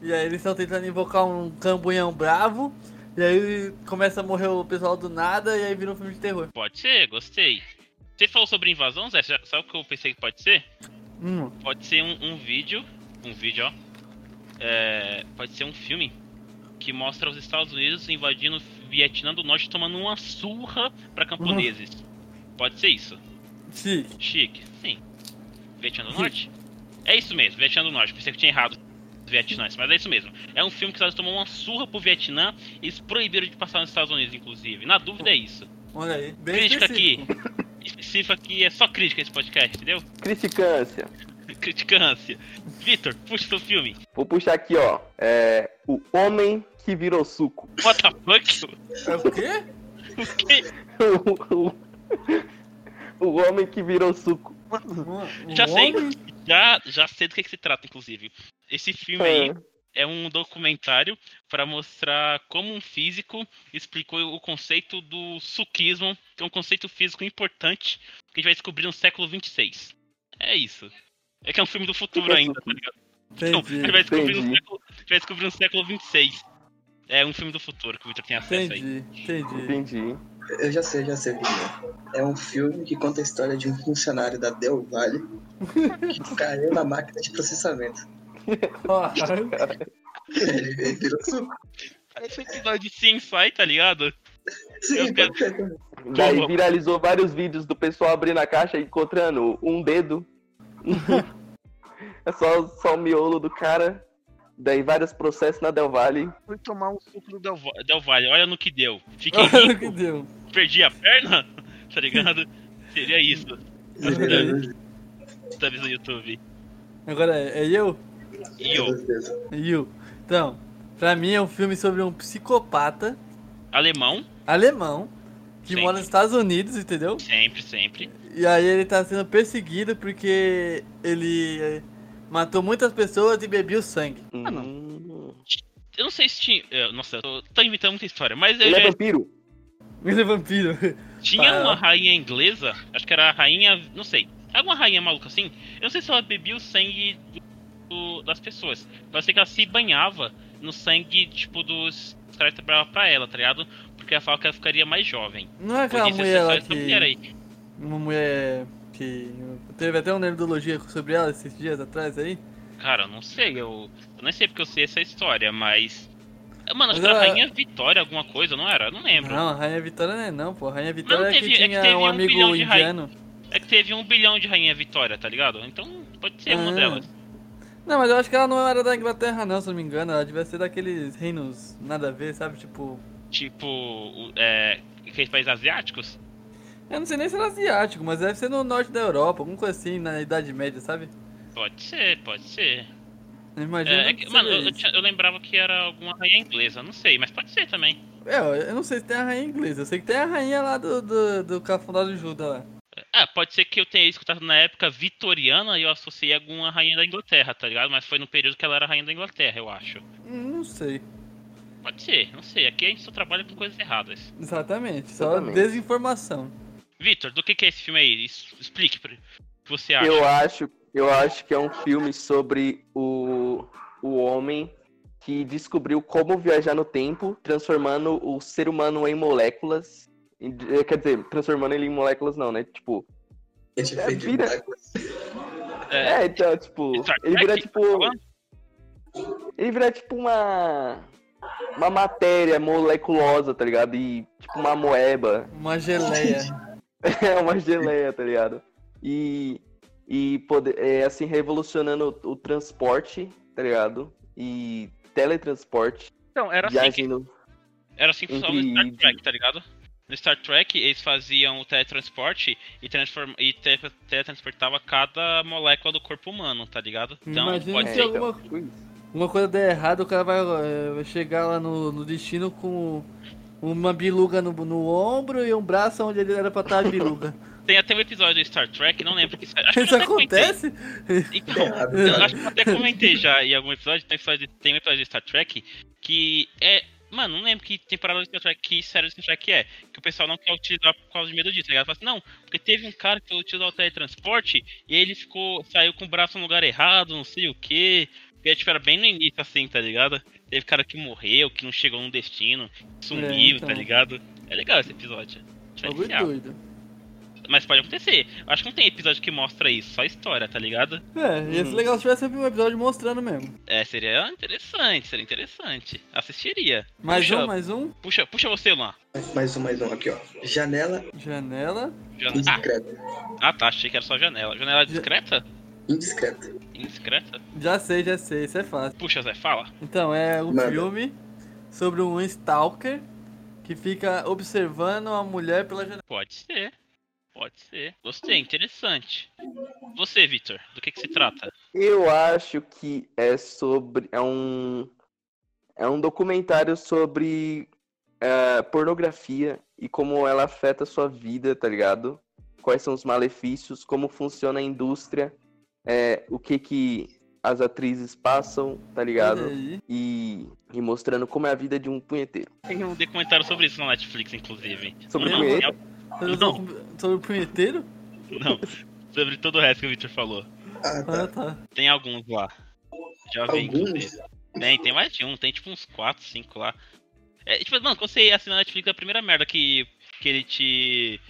S2: E aí eles estão tentando invocar um cambunhão bravo. E aí começa a morrer o pessoal do nada e aí vira um filme de terror.
S1: Pode ser, gostei. Você falou sobre invasão, Zé? Já- Sabe o que eu pensei que pode ser?
S2: Hum,
S1: Pode ser um, um vídeo. Um vídeo, ó. É, pode ser um filme que mostra os Estados Unidos invadindo o Vietnã do Norte tomando uma surra pra camponeses. Pode ser isso.
S2: chique.
S1: Chique, sim. Vietnã do Norte? é isso mesmo, Vietnã do Norte. Pensei que tinha errado os Vietnãs, mas é isso mesmo. É um filme que os Estados Unidos tomou uma surra pro Vietnã e eles proibiram de passar nos Estados Unidos, inclusive. Na dúvida é isso.
S2: Olha aí. Bem
S1: Crítica aqui.
S2: específico.
S1: Específico aqui é só crítica esse podcast, entendeu?
S3: Criticância.
S1: Criticância. Vitor, puxa seu filme.
S3: Vou puxar aqui, ó. É, o homem que virou suco.
S1: What the fuck?
S2: É o quê?
S1: O quê?
S3: O- o- o homem que virou suco.
S2: Um- um
S1: Já sei.
S2: homem?
S1: Já, já sei do que, que se trata, inclusive. Esse filme aí
S3: É.
S1: é um documentário para mostrar como um físico explicou o conceito do suquismo, que é um conceito físico importante que a gente vai descobrir no século 26. É isso. É que é um filme do futuro
S3: Que
S1: ainda, tá
S3: suquismo?
S1: ligado? Então, a gente
S2: Entendi.
S1: vai descobrir, no
S3: entendi.
S1: século, a gente vai descobrir no século 26. É um filme do futuro que o Victor tem acesso aí.
S2: Entendi, entendi.
S3: Entendi.
S4: Eu já sei, já sei. o que É É um filme que conta a história de um funcionário da Del Valle que caiu na máquina de processamento.
S2: Ó,
S4: Ele, ele virou suco.
S1: É Esse episódio de Sensei, tá ligado?
S4: Sim,
S1: quero-
S4: pode ser também.
S3: Daí
S1: Como?
S3: viralizou vários vídeos do pessoal abrindo a caixa e encontrando um dedo. é só, só o miolo do cara. Daí vários processos na Del Valle.
S1: Fui tomar um suco do Del, Va- Del Valle, olha no que deu. Fiquei
S2: olha o que
S1: rico,
S2: deu.
S1: perdi a perna, tá ligado? Seria isso,
S4: Ele virou suco.
S1: tá vendo no YouTube.
S2: Agora é é eu?
S1: E eu,
S4: Meu Deus.
S2: É Eu. Então, pra mim é um filme sobre um psicopata
S1: alemão,
S2: alemão que
S1: Sim.
S2: mora nos Estados Unidos, entendeu?
S1: sempre, sempre.
S2: E aí ele tá sendo perseguido porque ele eh, matou muitas pessoas e bebeu sangue.
S1: Ah, não.
S3: Hum.
S1: Eu não sei se tinha. eh, Nossa, eu tô, tô inventando muita história, mas eu
S3: Ele é
S1: já.
S3: vampiro.
S2: Ele é vampiro.
S1: Tinha
S2: Ah.
S1: uma rainha inglesa, acho que era a rainha. não sei. Alguma rainha maluca assim. Eu não sei se ela bebia o sangue do- do- das pessoas. Mas eu sei que ela se banhava no sangue, tipo, dos dos caras que trabalhavam pra ela, tá ligado? Porque ela falava que ela ficaria mais jovem.
S2: Não é
S1: Por
S2: aquela
S1: isso,
S2: mulher
S1: essa-
S2: lá
S1: essa mulher
S2: que.
S1: aí.
S2: Uma mulher que. Teve até uma neurologia sobre ela esses dias atrás aí.
S1: Cara, eu não sei, eu, eu nem sei porque eu sei essa história, mas. Mano, acho
S2: Mas
S1: que era a
S2: ela-
S1: Rainha Vitória, alguma coisa, não era? Eu não lembro.
S2: Não, a Rainha Vitória não é não, pô. A Rainha Vitória
S1: Mas não
S2: é
S1: teve-
S2: que
S1: é que
S2: tinha
S1: teve
S2: um
S1: um
S2: amigo
S1: bilhão de rainha-
S2: indiano.
S1: É que teve um bilhão de Rainha Vitória, tá ligado? Então pode ser uma
S2: Ah.
S1: delas.
S2: Não, mas eu acho que ela não era da Inglaterra não, se eu não me engano. Ela devia ser daqueles reinos nada a ver, sabe? Tipo...
S1: Tipo, o- é, aqueles países asiáticos?
S2: Eu não sei nem se era asiático, mas deve ser no norte da Europa, alguma coisa assim, na Idade Média, sabe?
S1: Pode ser, pode ser.
S2: Eu imagino
S1: É, é
S2: que
S1: que- mano, eu,
S2: seja
S1: eu
S2: isso.
S1: tinha- eu lembrava que era alguma rainha inglesa, não sei, mas pode ser também.
S2: É, eu- eu não sei se tem a rainha inglesa. Eu sei que tem a rainha lá do, do, do cafundado de Judas lá.
S1: Ah, pode ser que eu tenha escutado na época vitoriana e eu associei a alguma rainha da Inglaterra, tá ligado? Mas foi no período que ela era rainha da Inglaterra, eu acho.
S2: Hum, Não sei.
S1: Pode ser, não sei. Aqui a gente só trabalha com coisas erradas.
S2: Exatamente. Só
S3: Exatamente.
S2: desinformação.
S1: Vitor, do que, que é esse filme aí? Es- Explique pra... o que você acha.
S3: Eu acho, eu acho que é um filme sobre o, o homem que descobriu como viajar no tempo, transformando o ser humano em moléculas. Em- eh, Quer dizer, transformando ele em moléculas não, né? Tipo,
S4: A gente
S3: É
S4: fez de
S3: vida.
S4: milagre.
S1: É,
S3: é, então, tipo,
S1: Star
S3: ele vira
S1: Trek?
S3: tipo,
S1: falando?
S3: ele vira tipo uma uma matéria moleculosa, tá ligado? E tipo uma moeba.
S2: Uma geleia.
S3: É uma geleia, tá ligado? E, e poder, é, assim, revolucionando o, o transporte, tá ligado? E teletransporte,
S1: Então, era assim, que,
S3: viagem no...
S1: era assim que funcionava no Star
S3: Entre-
S1: Trek, tá ligado? No Star Trek, eles faziam o teletransporte e, transform... e te- teletransportava cada molécula do corpo humano, tá ligado? Então,
S2: Imagina
S1: pode
S2: se
S1: ser.
S2: eu- alguma- Uma coisa der errado, o cara vai, eh, vai chegar lá no, no destino com uma biluga no, no ombro e um braço onde ele era pra estar a biluga.
S1: Tem até um episódio do Star Trek, não lembro que isso acho que eu
S2: Isso
S1: até comentei.
S2: acontece?
S1: Então, eu acho que eu até comentei já em algum episódio, tem, episódio, tem um episódio de Star Trek que é. Mano, não lembro que temporada do Star Trek, que série do Star Trek é. Que o pessoal não quer utilizar por causa de medo disso, tá ligado? Fala assim, não, porque teve um cara que foi utilizar o teletransporte e ele ficou. saiu com o braço no lugar errado, não sei o quê. E aí, tipo, era bem no início, assim, tá ligado? Teve cara que morreu, que não chegou no destino, que sumiu,
S2: então.
S1: tá ligado? É legal esse episódio. Acho
S2: Bagulho
S1: legal.
S2: doido.
S1: Mas pode acontecer. Acho que não tem episódio que mostra isso, só história, tá ligado?
S2: É, ia ser legal se tivesse um episódio mostrando mesmo.
S1: É, seria interessante, seria interessante. Assistiria.
S2: Mais
S1: puxa,
S2: um, mais um.
S1: puxa, puxa você, Luan.
S4: Mais um, mais um aqui, ó. Janela
S2: Janela.
S1: Jan-
S4: indiscreta.
S1: Ah, ah, tá, achei que era só janela. Janela discreta?
S4: Indiscreta.
S1: Indiscreta?
S2: Já sei, já sei, isso é fácil.
S1: Puxa, Zé, fala.
S2: Então, é um
S4: Manda.
S2: filme sobre um stalker que fica observando a mulher pela janela.
S1: Pode ser. Pode ser. Gostei, interessante. Você, Victor, do que, que se trata?
S3: Eu acho que é sobre... É um, é um documentário sobre eh, pornografia e como ela afeta a sua vida, tá ligado? Quais são os malefícios, como funciona a indústria, eh, o que que as atrizes passam, tá ligado?
S2: Olha aí.
S3: e, e mostrando como é a vida de um punheteiro.
S1: Tem um documentário sobre isso na Netflix, inclusive.
S3: Sobre
S1: não,
S3: punheta?
S1: é-
S2: Sobre o
S1: Não.
S2: docu- Sobre o punheteiro?
S1: Não, sobre todo o resto que o Victor falou.
S4: Ah,
S2: Ah,
S4: tá.
S2: tá.
S1: Tem alguns lá. Já vi, inclusive.
S4: Alguns.
S1: Tem, tem mais de um, tem tipo uns 4, 5 lá. É, tipo, mano, quando você assina a Netflix, a primeira merda que, que ele te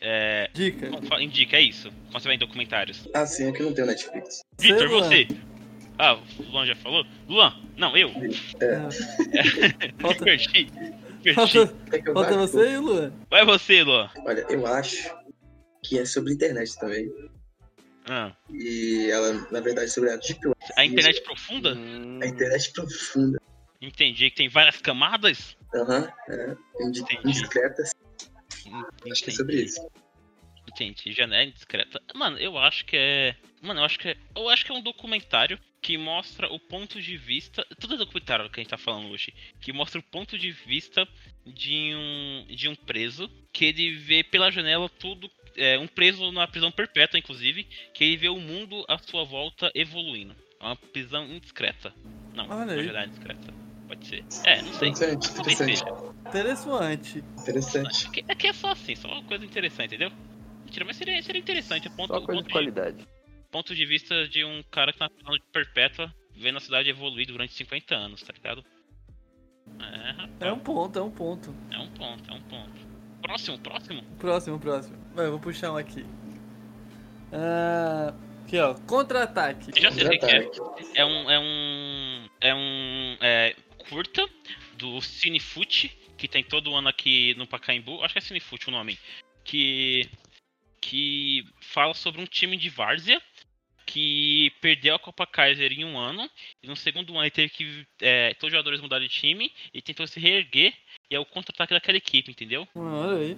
S1: é,
S2: Dica.
S1: como fala- indica é isso, quando você vai em documentários.
S4: Ah, sim, aqui não tem o Netflix.
S2: Sei
S1: Victor,
S2: lá.
S1: você! Ah, o Luan já falou? Luan, não, eu! Me
S2: É. Falta,
S1: Perdi! me Perdi!
S2: falta,
S4: Quer que eu
S2: falta
S4: vá?
S2: você e o Luan.
S1: Vai você, Luan!
S4: Olha, eu acho que é sobre internet também.
S1: Ah,
S4: E ela, na verdade, é sobre a Deep Web.
S1: a internet profunda?
S3: Hum,
S4: A internet profunda.
S1: Entendi que tem várias camadas?
S4: Aham. é. Indi-
S1: Entendi.
S4: Indiscreta. Acho que é sobre
S1: Entendi.
S4: isso.
S1: Entendi, janela indiscreta. Mano, eu acho que é. Mano, eu acho que é. Eu acho que é um documentário que mostra o ponto de vista. Tudo é documentário que a gente tá falando hoje. Que mostra o ponto de vista de um. de um preso. Que ele vê pela janela tudo. É, um preso na prisão perpétua, inclusive, que ele vê o mundo à sua volta evoluindo. É uma prisão indiscreta. Não,
S2: Olha
S1: uma
S2: aí.
S1: janela indiscreta. Pode ser. É, não sei.
S4: Interessante,
S1: Talvez
S4: interessante.
S1: seja.
S2: Interessante.
S4: Interessante.
S1: É que- É que é só assim, só uma coisa interessante, entendeu? Mentira, mas seria, seria interessante. o Ponto,
S3: Só
S1: o
S3: coisa
S1: ponto,
S3: de
S1: de,
S3: qualidade.
S1: ponto de vista de um cara que tá falando de perpétua, vendo a cidade evoluir durante 50 anos, tá ligado? É, rapaz,
S2: É um ponto, é um ponto.
S1: é um ponto, é um ponto. Próximo, próximo?
S2: Próximo, próximo. Vai, eu vou puxar um aqui. Ah, aqui, ó. Contra-ataque.
S1: Eu já sei o que que é.
S4: Contra-ataque.
S1: É um. É um. É um. É, curta do Cinefute, que tem todo ano aqui no Pacaembu. Acho que é Cinefute o nome. Que. Que fala sobre um time de várzea que perdeu a Copa Kaiser em um ano. E no segundo ano ele teve que. é, todos os jogadores mudaram de time e tentou se reerguer. E é o contra-ataque daquela equipe, entendeu?
S2: Mano, Hum, olha aí.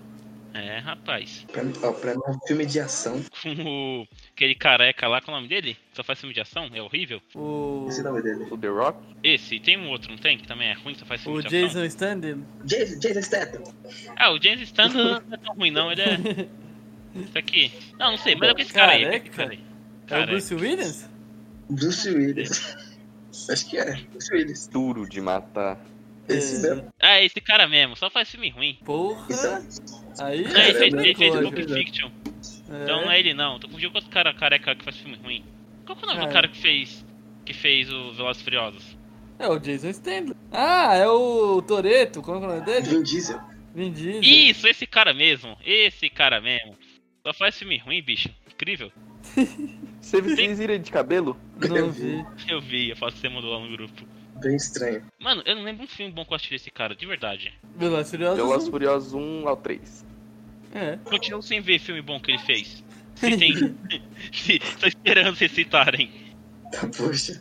S1: É, rapaz.
S4: Pra, mim- ó, pra mim é um filme de ação.
S1: Com o, aquele careca lá, qual é o nome dele? Só faz filme de ação? É horrível.
S2: O,
S4: Esse é o nome dele.
S3: O The Rock?
S1: Esse, e tem um outro, não tem? Que também é ruim, só faz filme
S2: o
S1: de ação.
S2: Jason Statham. É
S4: Jason, Jason Statham.
S1: Ah, o James Stanton não é tão ruim, não. Ele é. Isso aqui. Não, não sei, mas é com esse cara aí. é com esse cara aí.
S2: É o
S1: Cara,
S2: Bruce Williams?
S4: Bruce Willis. Acho que é. Bruce Willis.
S3: Duro de matar.
S4: Esse mesmo.
S1: é esse cara mesmo, só faz filme ruim.
S2: Porra.
S4: Então,
S2: Aí,
S1: Não, ele
S4: Cara,
S1: fez,
S4: é
S1: ele fez
S4: coisa.
S1: Pulp Fiction, então não é ele não. Tô confundindo com outro cara careca que faz filme ruim. Qual que é o nome
S2: Cara.
S1: do cara que fez. que fez o Velozes e Furiosos?
S2: É o Jason Statham. Ah, é o Toreto, como é o nome dele?
S4: Vin Diesel.
S2: Vin Diesel.
S1: Isso, esse cara mesmo. Esse cara mesmo. Só faz filme ruim, bicho. Incrível.
S3: Você viu vocês irem de cabelo?
S2: Não vi.
S1: Eu vi, eu faço você mandou lá no grupo.
S4: Bem estranho.
S1: Mano, eu não lembro um filme bom que eu assisti desse cara, de verdade.
S2: Velozes e Furiosos.
S3: Velozes e Furiosos 1 ao 3.
S2: É.
S1: Continuo sem ver filme bom que ele fez. Se tem. Se, tô esperando vocês citarem.
S4: Tá, poxa.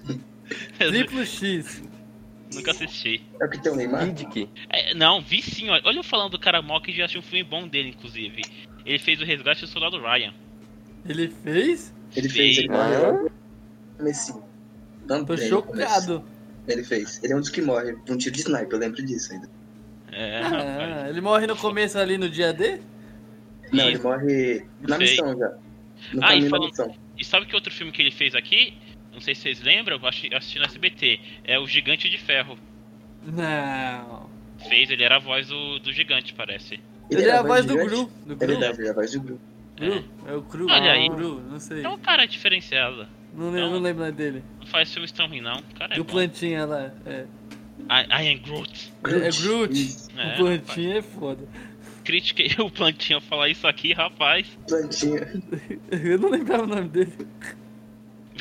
S1: Eu
S2: Triplo X.
S1: Nunca assisti.
S4: É o que tem o
S3: Ah.
S4: Neymar?
S3: Indique.
S1: É, não, vi sim, olha. Olha eu falando do cara mal que já achei um filme bom dele, inclusive. Ele fez o resgate do soldado Ryan.
S2: Ele fez?
S4: Ele fez. né? Ele
S1: Sim.
S4: morre
S3: Ah.
S4: logo no comecinho. Não
S2: Tô
S4: tem no começo.
S2: chocado.
S4: Ele fez. Ele é um dos que morre. Um tiro de sniper, eu lembro disso ainda.
S1: É, rapaz.
S2: Ah, ele morre no começo ali no dia D?
S4: Não,
S1: E-
S4: ele morre na
S1: Sei.
S4: missão já. No
S1: Ah, e
S4: caminho da
S1: falando-
S4: missão.
S1: E sabe que outro filme que ele fez aqui? Não sei se vocês lembram, eu acho- eu assisti no SBT. É O Gigante de Ferro.
S2: Não.
S1: Fez, ele era a voz do, do gigante, parece.
S2: Ele, é a voz do
S4: gigante?
S2: Gru. Do
S4: É
S2: Gru.
S4: verdade, ele é a voz do Gru.
S2: Gru. É o Gru.
S1: Olha
S2: Ah,
S1: aí.
S2: Gru, não sei.
S1: É um cara diferenciado.
S2: Não lembro, não lembro o nome dele.
S1: Não faz filmes tão ruins, não. O cara é
S2: Do
S1: bom. I,
S2: Plantinha lá. É,
S1: I am Groot.
S2: é Groot.
S4: Isso,
S1: É,
S2: o Plantinha é foda.
S1: critiquei o Plantinha falar isso aqui, rapaz.
S4: Plantinha.
S2: Eu não lembrava o nome dele.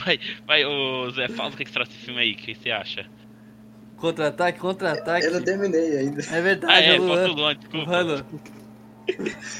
S1: Vai, vai, ô Zé, fala o que que trata esse filme aí, o que você acha?
S2: Contra-ataque, contra-ataque.
S4: Eu não terminei ainainda.
S2: É
S1: Ah,
S2: verdade,
S1: é,
S2: é o
S1: falta o
S2: Luan.
S1: Luan,
S2: O
S1: desculpa.
S2: Luan.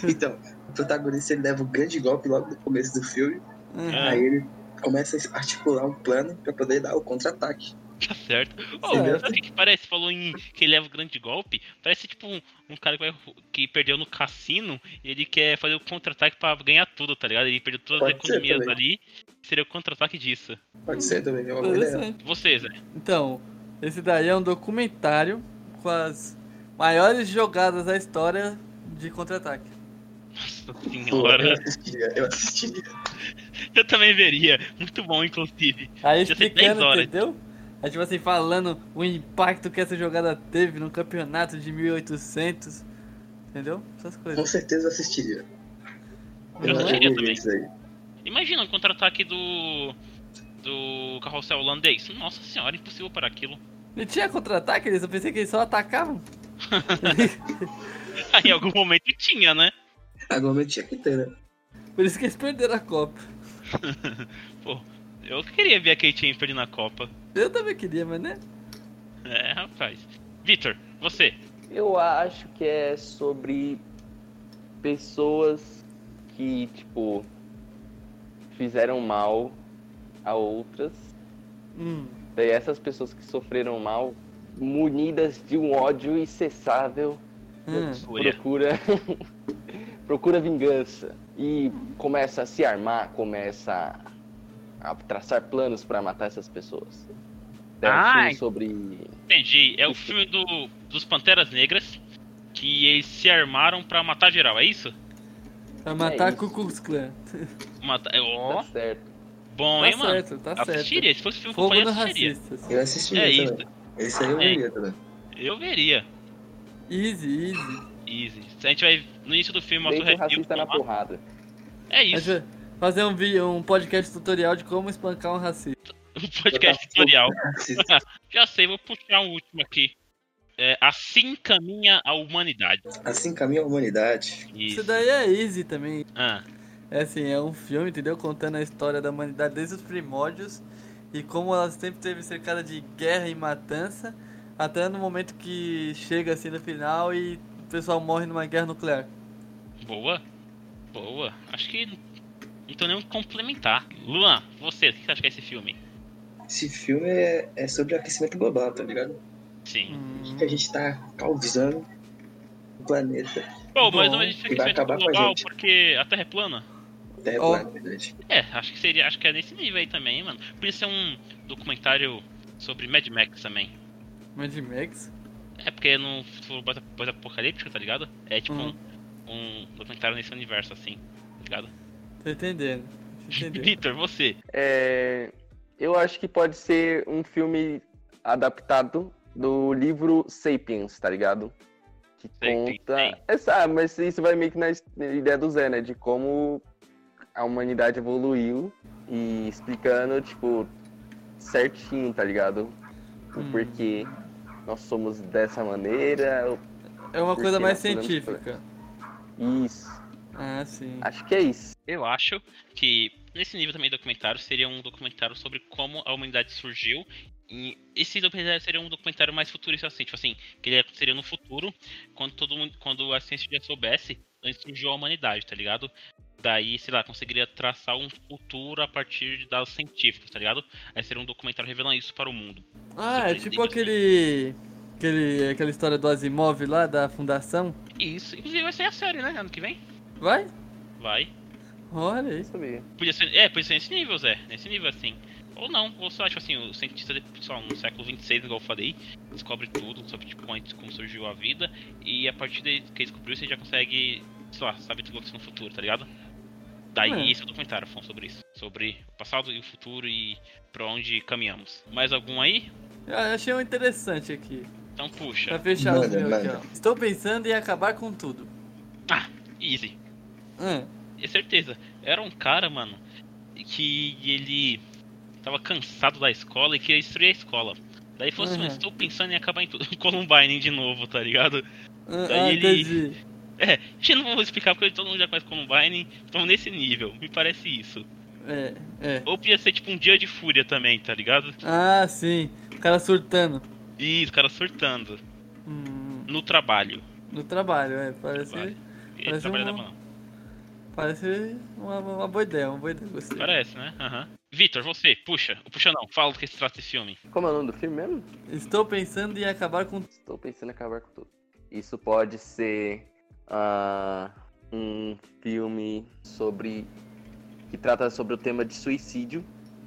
S4: Então, o protagonista ele leva um grande golpe logo no começo do filme.
S1: Ah.
S4: Aí ele começa a articular um plano pra poder dar o contra-ataque.
S1: Tá certo. Ô,
S2: Certo.
S1: sabe o que que parece? Falou em que ele leva um grande golpe. Parece tipo um, um cara que, vai- que perdeu no cassino e ele quer fazer o contra-ataque pra ganhar tudo, tá ligado? Ele perdeu todas as
S4: Pode ser
S1: economias
S4: também.
S1: ali. Seria o contra-ataque disso.
S4: Pode ser também, é uma boa ideia.
S2: Interessante.
S1: Você, Zé.
S2: Então, esse daí é um documentário com as maiores jogadas da história de contra-ataque.
S1: Nossa
S4: Pô, eu
S1: senhora.
S4: assistiria, eu assistiria.
S1: Eu também veria. Muito bom, inclusive.
S2: Aí
S1: Já tem 10
S2: explicando,
S1: horas.
S2: entendeu? Aí, tipo assim, falando o impacto que essa jogada teve no campeonato de 1800. Entendeu? Essas
S4: Com
S2: coisas.
S4: certeza eu assistiria.
S1: Eu
S2: é?
S4: não
S1: assistiria
S4: vi
S1: também.
S4: isso aí.
S1: Imagina um contra-ataque do. do carrossel holandês. Nossa senhora, impossível para aquilo.
S2: Não tinha contra-ataque, eles- eu pensei que eles só atacavam.
S1: Aí, em algum momento tinha, né?
S4: Agora eu tinha que ter, né?
S2: Por isso que eles perderam a Copa.
S1: Pô, eu queria ver a Kate Imperi na Copa.
S2: Eu também queria, mas né?
S1: É, rapaz. Vitor, você.
S3: Eu acho que é sobre pessoas que, tipo, fizeram mal a outras.
S2: Hum.
S3: Daí essas pessoas que sofreram mal, munidas de um ódio incessável,
S2: Hum.
S1: Fúria.
S3: procura procura vingança e começa a se armar, começa a, a traçar planos pra matar essas pessoas. É um
S1: Ai.
S3: filme sobre
S1: Entendi. É o filme do, dos Panteras Negras que eles se armaram pra matar geral, é isso?
S2: Pra matar
S3: isso.
S2: Ku Klux Klan.
S1: Matar. é, Ó,
S3: tá certo.
S1: bom,
S2: Tá
S1: hein, mano?
S2: certo, tá certo.
S1: assistiria. Se fosse filme que
S2: Fogo
S1: eu
S2: nos
S4: um
S1: faria, assistiria.
S2: racistas.
S4: Eu assistiria
S1: É isso.
S4: também. Esse aí eu
S1: É.
S4: veria também.
S1: Eu veria.
S2: Easy, easy.
S1: Easy. A gente vai, no início do filme, mostra o
S3: Deita o
S1: Red Pill.
S3: racista na
S1: tomar.
S3: porrada.
S1: É
S2: A
S1: isso.
S2: gente vai fazer um, vi- um podcast tutorial de como espancar um racista.
S1: Um podcast tutorial. Já sei, vou puxar um último aqui. É, assim caminha a humanidade.
S4: Assim caminha a humanidade.
S2: Isso
S1: Isso.
S2: daí é easy também.
S1: Ah,
S2: É assim, é um filme, entendeu? Contando a história da humanidade desde os primórdios e como ela sempre teve cercada de guerra e matança, até no momento que chega assim no final e o pessoal morre numa guerra nuclear.
S1: boa. Boa. Acho que não tem nem o que complementar. Luan, você, o que você acha que é esse filme?
S4: Esse filme é, é sobre aquecimento global, tá ligado?
S1: Sim.
S4: O
S2: Hum.
S4: que que a gente tá causando no planeta.
S1: Bom, mas
S2: Bom,
S1: não existe
S4: e vai
S1: aquecimento
S4: acabar com a
S1: global
S4: gente.
S1: porque a Terra é plana.
S4: Terra
S2: Ó.
S4: plana, na verdade.
S1: É, acho que seria, acho que é nesse nível aí também, mano. Por isso é um documentário sobre Mad Max também.
S2: Mad Max?
S1: É porque no futuro pós- pós-apocalíptico, tá ligado? É tipo
S4: Hum.
S2: Uhum.
S1: um, um documentário nesse universo, assim, tá ligado?
S2: Tô entendendo. Tô entendendo.
S1: Vitor, você.
S3: É, eu acho que pode ser um filme adaptado do livro Sapiens, tá ligado? Que
S1: Sapiens,
S3: conta.
S1: sim.
S3: É, sabe, mas isso vai meio que na is- na ideia do Zé, né? De como a humanidade evoluiu e explicando, tipo, certinho, tá ligado? O
S2: Hum.
S3: porquê nós somos dessa maneira.
S2: É uma coisa mais
S3: Respira, respira.
S2: científica.
S3: Isso.
S2: Ah, sim.
S3: Acho que é isso.
S1: Eu acho que nesse nível também de documentário seria um documentário sobre como a humanidade surgiu. E esse documentário seria um documentário mais futurista, assim, tipo assim, que ele seria no futuro, quando todo mundo, quando a ciência já soubesse, antes surgiu a humanidade, tá ligado? Daí, sei lá, conseguiria traçar um futuro a partir de dados científicos, tá ligado? Aí seria um documentário revelando isso para o mundo.
S2: Ah, é tipo
S1: Surpreendente.
S2: aquele. aquele aquela história do Asimov lá, da fundação.
S1: Isso, inclusive vai ser a série, né? Ano que vem?
S2: Vai?
S1: Vai.
S2: Olha isso.
S3: Isso mesmo.
S1: Podia ser, é, podia ser nesse nível, Zé. Nesse nível, assim. Ou não, ou só, tipo assim, o cientista, só no um século 26, igual eu falei, descobre tudo sobre, tipo, antes como surgiu a vida. E a partir daí que ele descobriu, você já consegue, sei lá, saber tudo que aconteceu no futuro, tá ligado? Daí,
S2: É.
S1: esse é o documentário, Afonso, sobre isso. Sobre o passado e o futuro e pra onde caminhamos. Mais algum aí?
S2: Ah, eu achei um interessante aqui.
S1: Então,
S2: Pra
S1: puxa.
S2: fechar
S4: Manda,
S2: o meu aqui,
S4: manda.
S2: ó. Estou pensando em acabar com tudo.
S1: Easy.
S2: Ah,
S1: É certeza. Era um cara, mano, que ele tava cansado da escola e queria destruir a escola. Daí falou assim,
S2: Uhum.
S1: mano, estou pensando em acabar em tudo. Columbine de novo, tá ligado?
S2: ah,
S1: Daí
S2: ah,
S1: ele-
S2: entendi.
S1: É, gente, não vou explicar porque todo mundo já conhece Columbine, então nesse nível, me parece isso.
S2: É, é.
S1: Ou podia ser tipo um dia de fúria também, tá ligado?
S2: Ah, sim. O cara surtando.
S1: E os caras surtando.
S2: Hum,
S1: No trabalho.
S2: no trabalho, é. Parece,
S1: Trabalho. Ele
S2: Parece
S1: trabalha
S2: um-
S1: na mão.
S2: parece uma, uma boa ideia, uma boa ideia. Gostei.
S1: Parece, né? Aham. Vitor, você, puxa. Puxa não, fala do que se trata esse filme.
S3: Como é o nome do filme mesmo?
S2: Estou pensando em acabar com
S3: Estou pensando em acabar com tudo. Isso pode ser ah, um filme sobre. que trata sobre o tema de suicídio,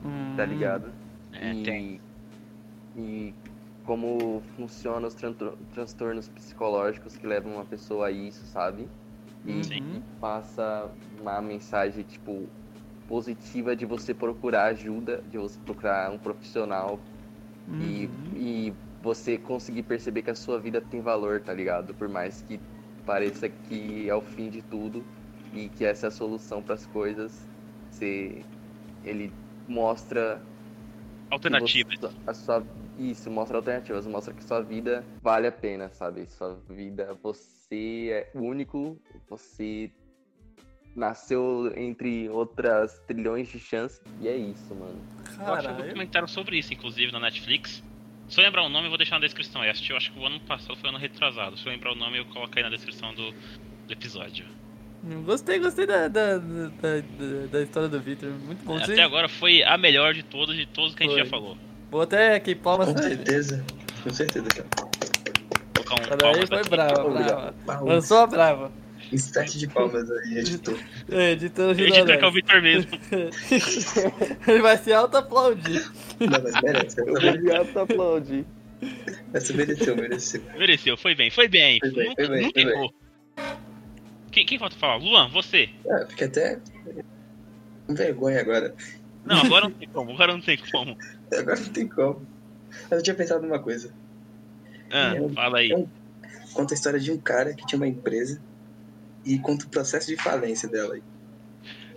S2: Hum,
S3: tá ligado?
S1: É,
S3: Hum, e,
S1: tem.
S3: e como funcionam os trantor- transtornos psicológicos que levam uma pessoa a isso, sabe?
S2: hum,
S3: E
S1: Sim.
S3: passa uma mensagem, tipo, positiva de você procurar ajuda, de você procurar um profissional
S2: Uhum,
S3: e,
S2: uhum.
S3: e você conseguir perceber que a sua vida tem valor, tá ligado? Por mais que pareça que é o fim de tudo e que essa é a solução pras coisas, você, ele mostra que
S1: Alternativas.
S3: você- a sua, isso, mostra alternativas, mostra que sua vida vale a pena, sabe? Sua vida, você é único, você nasceu entre outras trilhões de chances e é isso, mano.
S1: Eu acho um
S2: Caralho.
S1: documentário sobre isso, inclusive, na Netflix. Se eu lembrar o nome, eu vou deixar na descrição. Eu assisti, eu acho que o ano passado foi ano retrasado. Se eu lembrar o nome, eu coloco aí na descrição do, do episódio.
S2: Hum, Gostei, gostei da, da, da, da- da história do Victor. Muito bom.
S1: É,
S2: Sim.
S1: até agora foi a melhor de todas, de todos que a gente
S2: Foi.
S1: já falou.
S2: Vou até aqui palmas
S4: Com
S2: pra ele.
S4: certeza. Com certeza, cara.
S1: Vou Colocar um
S2: Essa
S1: palmas
S2: daí foi
S1: aqui.
S2: brava,
S4: Obrigado.
S2: brava.
S4: Palmas.
S2: Lançou a brava.
S4: Instante de palmas aí, editor.
S2: É, Editor
S1: Editor que é o
S2: Gilberto.
S1: Victor mesmo.
S2: Ele vai se auto-aplaudir.
S4: Não, mas merece.
S3: Eu
S4: Essa,
S3: vou alto aplaudir.
S4: essa mereceu, mereceu.
S1: Mereceu, foi bem, foi bem.
S4: Foi bem,
S1: nunca
S4: foi bem,
S1: nunca
S4: foi bem.
S1: errou. Quem, quem falta falar? Luan, você.
S4: Ah, fiquei até com vergonha agora.
S1: Não, agora não tem como, agora não tem como.
S4: Agora não tem como. Mas eu tinha pensado numa coisa.
S1: Ah, fala aí.
S4: Conta a história de um cara que tinha uma empresa e conta o processo de falência dela.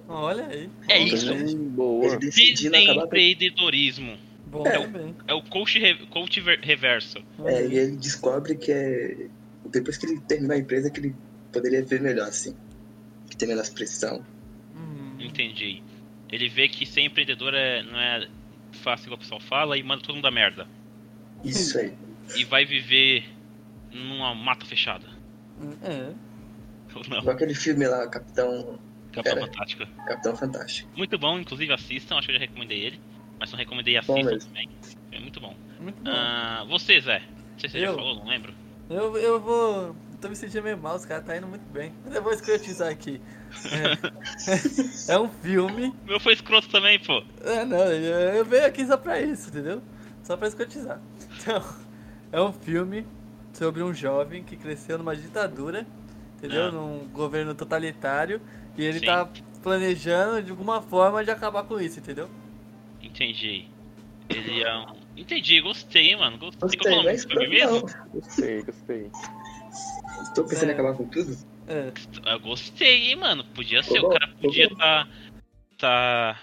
S2: Olha aí.
S1: É isso.
S3: Hum,
S4: Ele
S3: Boa.
S4: decidindo acabar com
S1: Desempreendedorismo.
S2: Bom
S4: É.
S2: também.
S1: É o coach, re- coach ver- reverso.
S4: É, e ele descobre que é. Depois que ele terminou a empresa, que ele poderia ver melhor, assim. Que tem menos pressão.
S2: Uhum.
S1: Entendi. Ele vê que ser empreendedor é, não é fácil igual o pessoal fala e manda todo mundo a merda.
S4: Isso aí.
S1: E vai viver numa mata fechada.
S2: É.
S1: Ou não, é
S4: Igual aquele filme lá, Capitão,
S1: Capitão
S4: Cara.
S1: Fantástica.
S4: Capitão Fantástico.
S1: Muito bom, inclusive assistam, acho que eu já recomendei ele. Mas não recomendei
S4: Bom
S1: assistam
S4: mesmo.
S1: também. É muito bom.
S2: Muito bom.
S1: Ah, você, Zé. Não sei se você já
S2: Eu?
S1: falou, não lembro.
S2: Eu, eu vou. Tô me sentindo meio mal, os caras tá indo muito bem. Mas eu vou escrotizar aqui. É, é um filme.
S1: O meu foi escroto também, pô.
S2: É, não, eu, eu venho aqui só pra isso, entendeu? Só pra escrotizar. Então, é um filme sobre um jovem que cresceu numa ditadura, entendeu?
S1: Ah.
S2: Num governo totalitário. E ele
S1: Sim.
S2: tá planejando de alguma forma de acabar com isso, entendeu?
S1: Entendi. Ele é um. Entendi, gostei, mano. Gostei. Qual é
S4: Gostei,
S1: o nome
S4: mas
S1: do filme mesmo?
S4: não.
S3: Gostei, gostei.
S4: Tô pensando
S2: É.
S4: em acabar com tudo.
S2: É.
S1: Eu gostei, hein, mano. Podia ser, o
S4: bom,
S1: cara
S4: ficou
S1: podia
S4: bom.
S1: tá. tá.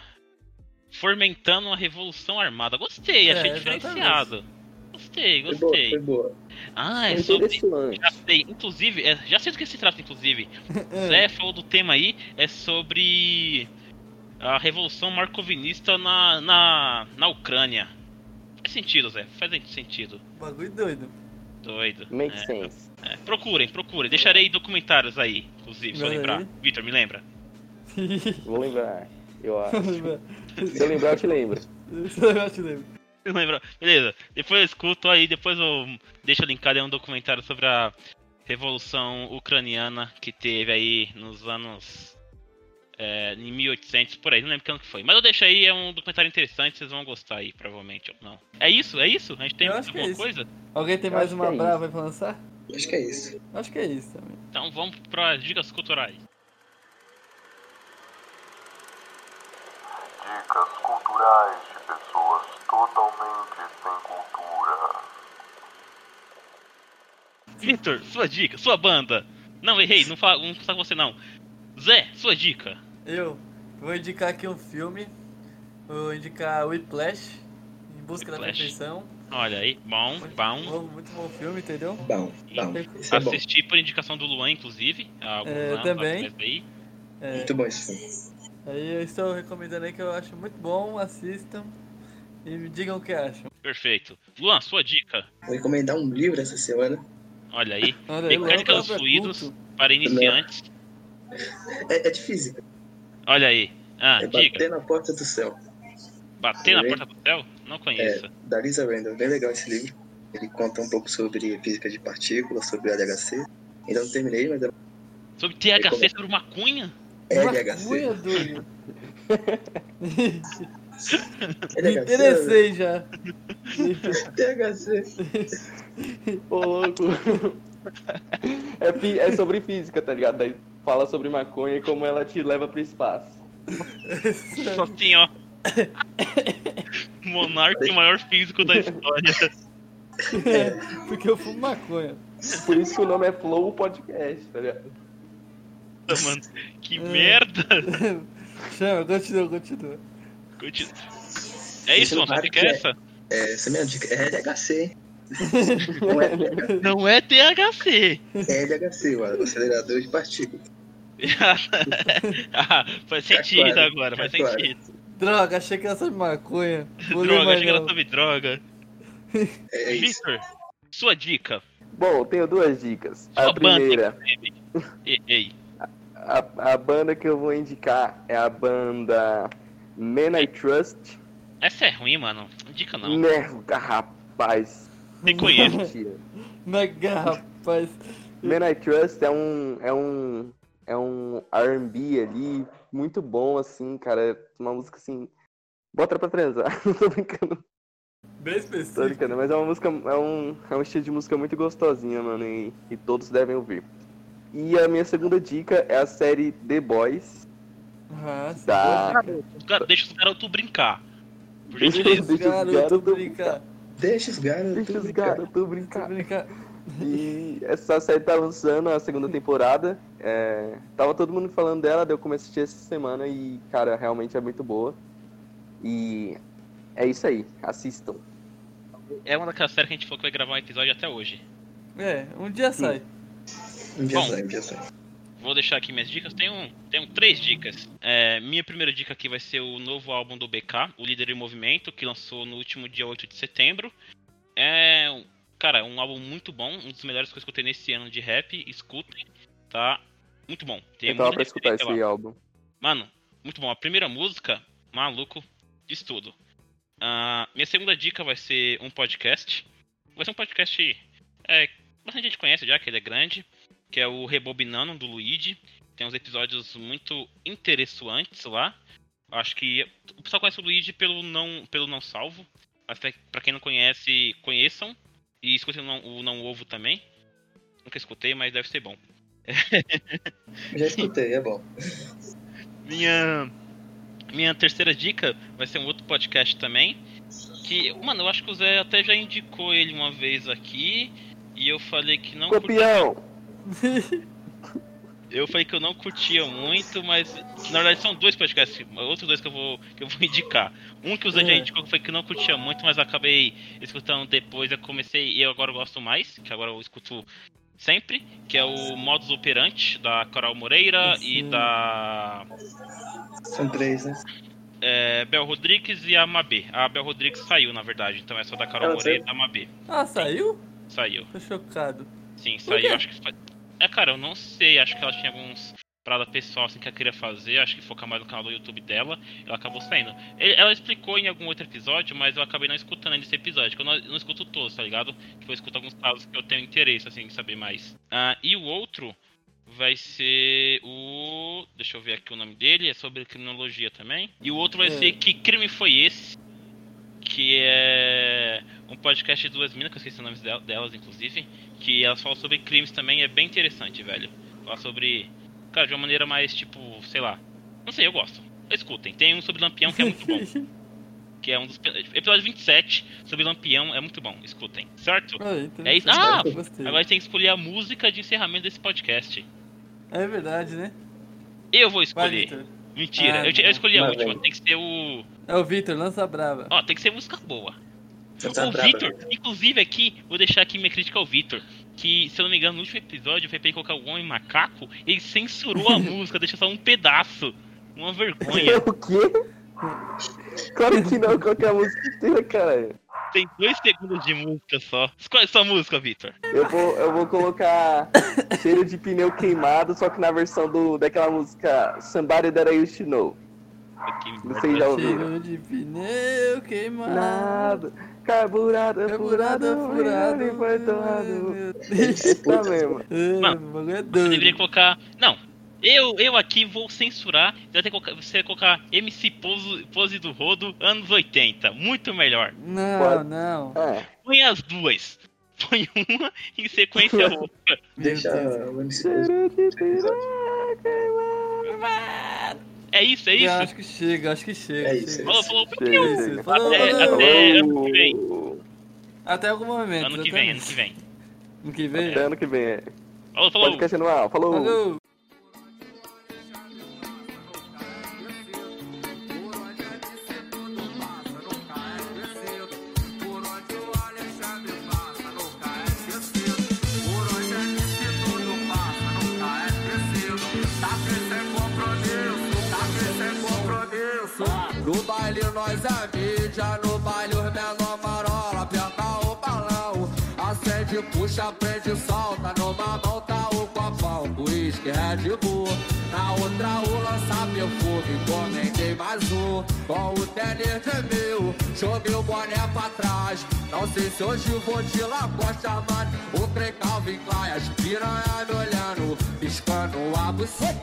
S1: fomentando uma revolução armada. Gostei,
S2: É,
S1: achei
S2: exatamente.
S1: diferenciado. Gostei,
S4: Foi boa, foi
S1: gostei.
S4: boa.
S1: Ah, é sobre.
S3: Interessante.
S1: Já sei, inclusive, é, já sei do que se trata, inclusive.
S2: É.
S1: Zé falou do tema aí, é sobre a revolução marcovinista na, na, na Ucrânia. Faz sentido, Zé, faz sentido.
S2: Bagulho doido.
S1: Doido.
S3: Make
S1: É,
S3: sense.
S1: é. Procurem, procurem. Deixarei documentários aí, inclusive, se eu
S2: Olha
S1: lembrar.
S2: aí.
S1: Vitor, me lembra.
S3: Vou lembrar. Eu acho. Se eu lembrar, eu te lembro.
S2: Eu te lembro.
S1: Eu lembro. Beleza, depois eu escuto aí, depois eu deixo linkado aí um documentário sobre a Revolução Ucraniana que teve aí nos anos. É, em 1800, por aí, não lembro que ano que foi. Mas eu deixo aí, é um documentário interessante, vocês vão gostar aí, provavelmente, ou não. É isso? É isso? A gente tem
S2: Eu
S1: mais
S2: acho que é
S1: alguma
S2: isso.
S1: coisa?
S2: Alguém tem
S3: Eu
S2: mais
S3: acho
S2: uma
S3: que é
S2: brava aí pra lançar?
S4: Acho que é isso.
S2: Acho que é isso também.
S1: Então vamos para dicas culturais.
S5: Dicas culturais de pessoas totalmente sem cultura.
S1: Vitor, sua dica, sua banda. Não, errei, não fala, não fala com você não. Zé, sua dica.
S2: Eu vou indicar aqui um filme. Vou indicar Whiplash, Em Busca da
S1: Whiplash.
S2: Perfeição.
S1: Olha aí, bom, bom.
S2: Bom, muito bom filme, entendeu?
S4: Bom, bom. Isso é bom.
S1: Assisti por indicação do Luan, inclusive, há alguns
S2: Tá É, eu
S1: anos
S2: também.
S1: atrás aí.
S2: É,
S4: Muito bom esse filme.
S2: aí eu estou recomendando aí que eu acho muito bom, assistam e me digam o que acham.
S1: Perfeito. Luan, sua dica.
S4: Vou recomendar um livro essa semana.
S1: Olha aí.
S2: Olha, eu
S1: Mecânica
S2: amo
S1: dos
S2: obra
S1: fluidos
S2: culto.
S1: para iniciantes.
S4: É, é de física.
S1: Olha aí. Ah,
S4: É
S1: diga.
S4: Bater na Porta do Céu.
S1: Bater na
S4: Bater. É.
S1: porta do céu? Não conheço.
S4: da Lisa Randall. Bem legal esse livro. Ele conta um pouco sobre física de partículas, sobre LHC. Ainda não terminei, mas é
S1: Sobre THC,
S4: Recomendo.
S1: sobre maconha?
S4: LHC.
S3: É
S2: Maconha doido.
S4: É
S2: Me
S4: LHC.
S2: interessei já.
S4: É THC.
S3: Ô, louco. É, fi- é sobre física, tá ligado? Daí fala sobre maconha e como ela te leva pro espaço.
S1: Só assim, ó. Monarca e maior físico da história.
S2: É, porque eu fumo maconha.
S3: Por isso que o nome é Flow Podcast, tá ligado?
S1: Puta, Mano,
S2: É.
S1: que merda.
S2: Chama, continua, continua.
S1: Continua. É isso, mano. Sua dica é essa?
S4: É, essa é a minha dica. É LHC, hein? Não é LHC.
S1: Não é THC.
S4: É LHC, mano. Acelerador de partículas.
S1: ah, faz sentido
S4: claro,
S1: agora, faz
S4: é claro.
S1: sentido.
S2: Droga, achei que era sobre maconha. Vou ler
S1: droga,
S2: mais
S1: achei que ela
S2: não.
S1: sabe droga.
S4: É, é isso.
S1: Victor, sua dica.
S3: Bom, eu tenho duas dicas.
S1: Sua
S3: A primeira,
S1: Ei, ei.
S3: a, a banda que eu vou indicar é a banda Men I Trust.
S1: Essa é ruim, mano. Dica
S3: Hum.
S1: não.
S3: Merda, rapaz.
S1: Nem conheço.
S3: Mentira.
S2: Mega, rapaz.
S3: Men I Trust é um é um é um R&B ali muito bom assim, cara, uma música assim bota pra transar. Não tô brincando,
S2: Bem
S3: tô
S2: específico.
S3: brincando, mas é uma música é um é um estilo de música muito gostosinha, mano, e, e todos devem ouvir. E a minha segunda dica é a série The Boys.
S2: Ah, sim.
S3: Tá.
S1: Os gar- Deixa os garotos brincar. Por
S3: Deixa
S1: gentileza.
S3: os
S2: Garoto,
S3: garotos
S2: brincar.
S4: Deixa os garotos
S3: Deixa os
S4: brincar.
S3: garotos
S2: Brincar.
S3: brincar.
S2: brincar.
S3: E essa série tá lançando a segunda temporada. É, tava todo mundo falando dela, daí eu comecei a assistir essa semana e, cara, realmente é muito boa. E é isso aí, assistam.
S1: É uma daquelas séries que a gente falou que vai gravar um episódio até hoje.
S6: É, um dia sai.
S4: Um dia
S1: Bom.
S4: sai, um dia sai.
S1: Vou deixar aqui minhas dicas. Tenho, um, tenho três dicas. É, minha primeira dica aqui vai ser o novo álbum do BK, O Líder em Movimento, que lançou no último dia 8 de setembro. É, um- cara, é um álbum muito bom, um dos melhores que eu escutei nesse ano de rap. Escutem, tá? Muito bom. Tem
S3: eu tava
S1: muita
S3: pra escutar
S1: referência
S3: esse
S1: lá.
S3: álbum.
S1: Mano, muito bom. A primeira música, maluco, diz tudo. Ah, minha segunda dica vai ser um podcast. Vai ser um podcast é, bastante gente conhece já, que ele é grande, que é o Rebobinando do Luigi. Tem uns episódios muito interessantes lá. Acho que o pessoal conhece o Luigi pelo não, pelo não salvo. Mas pra- pra quem não conhece, conheçam. E escutem o não, o não ovo também. Nunca escutei, mas deve ser bom.
S4: Já escutei, é bom.
S1: Minha minha terceira dica vai ser um outro podcast também. Que, mano, eu acho que o Zé até já indicou ele uma vez aqui. E eu falei que não curti-
S3: Copião!
S1: eu falei que eu não curtia muito, mas na verdade são dois podcasts, outros dois que eu vou que eu vou indicar. Um que o Zé já
S6: É.
S1: indicou que foi que eu não curtia muito, mas acabei escutando depois, eu comecei e eu agora gosto mais, que agora eu escuto sempre, que é o Modus Operante da Coral Moreira e
S6: Sim.
S1: da
S4: São três, né?
S1: É, Bel Rodrigues e a Mabê. A Bel Rodrigues saiu, na verdade, então é só da Carol
S4: Ela
S1: Moreira
S4: saiu?
S1: e da Mabê.
S6: Ah, saiu?
S1: Saiu.
S6: Tô chocado.
S1: Sim,
S6: quê?
S1: saiu. Acho que. fa- É, cara, eu não sei. Acho que ela tinha alguns parada pessoal assim que ela queria fazer. Acho que focar mais no canal do YouTube dela. Ela acabou saindo. Ele- Ela explicou em algum outro episódio, mas eu acabei não escutando ainda esse episódio. Que eu não, eu não escuto todos, tá ligado? Tipo, eu escuto alguns casos que eu tenho interesse, assim, em saber mais. Ah, e o outro vai ser o. Deixa eu ver aqui o nome dele, é sobre criminologia também. E o outro vai
S6: É.
S1: ser Que Crime Foi Esse? Que é um podcast de duas minas, que eu esqueci os nomes del- delas, inclusive. Que elas falam sobre crimes também, é bem interessante, velho. Falar sobre. Cara, de uma maneira mais tipo, sei lá. Não sei, eu gosto. Escutem, tem um sobre Lampião que é muito bom. que é um dos. Episódio 27 sobre Lampião é muito bom, escutem, certo?
S6: Ah,
S1: É isso.
S6: interessante.
S1: Ah,
S6: Gostei.
S1: Agora tem que escolher a música de encerramento desse podcast.
S6: É verdade, né?
S1: Eu vou
S6: Vai,
S1: escolher.
S6: Vitor.
S1: Mentira,
S6: Ah,
S1: eu, te- eu
S6: não.
S1: escolhi a
S4: Lá
S1: última.
S4: vem.
S1: Tem que ser o.
S6: É o Vitor, lança a brava.
S1: Ó, tem que ser música boa.
S4: Você tá
S1: o
S4: brava,
S1: Vitor, inclusive aqui, vou deixar aqui minha crítica ao Vitor. Que, se eu não me engano, no último episódio, foi pra ele colocar o Homem Macaco, ele censurou a música, deixou só um pedaço. Uma vergonha.
S3: o quê? Claro que não, qualquer música inteira, cara.
S1: Tem dois segundos de música só. Escolhe a sua música, Vitor.
S3: Eu vou, eu vou colocar cheiro de pneu queimado, só que na versão do, daquela música Somebody That I Used to Know.
S1: Aqui,
S3: Não sei
S6: é
S3: já ouviram.
S6: Cheiro de pneu queimado.
S3: Nada. Carburado,
S6: É furado, é
S3: furado,
S6: furado.
S3: furado, foi
S6: Meu
S3: torrado. Tá mesmo.
S6: Deus. Ah,
S1: Mano,
S6: O bagulho é
S1: Você
S6: doido.
S1: deveria colocar. Não. Eu, eu aqui vou censurar. Você vai ter que colocar, você vai colocar MC Pose, Pose do Rodo, anos 80. Muito melhor.
S6: Não,
S3: Quase.
S6: não.
S3: É,
S1: Põe as duas. Põe uma em sequência a outra.
S4: Deixa o MC Pose.
S3: cheiro de pneu.
S1: É isso, é
S6: Eu
S1: isso.
S6: acho que chega, acho que chega.
S4: É
S6: chega.
S4: isso, é
S1: Falou, falou.
S3: Cheiro de
S6: Isso,
S3: pneu.
S6: falou,
S1: Até-
S6: falou.
S1: até ano que vem.
S6: Até algum momento.
S1: Ano que vem, ano que vem.
S6: Ano que vem?
S3: Até ano que vem. é.
S1: Falou, falou.
S3: Podcast anual. Falou.
S6: Falou.
S7: No baile nós é mídia, no baile os menor marola, aperta o balão, acende, puxa, prende, solta, numa mão tá o copão, uísque, Red Bull, é na outra o lança perfume, encomendei mais um, com o tênis de mil, joguei o boné pra trás, não sei se hoje vou de lagosta, mas o trem Calvin Klein, as piranha me olhando, piscando a buceta,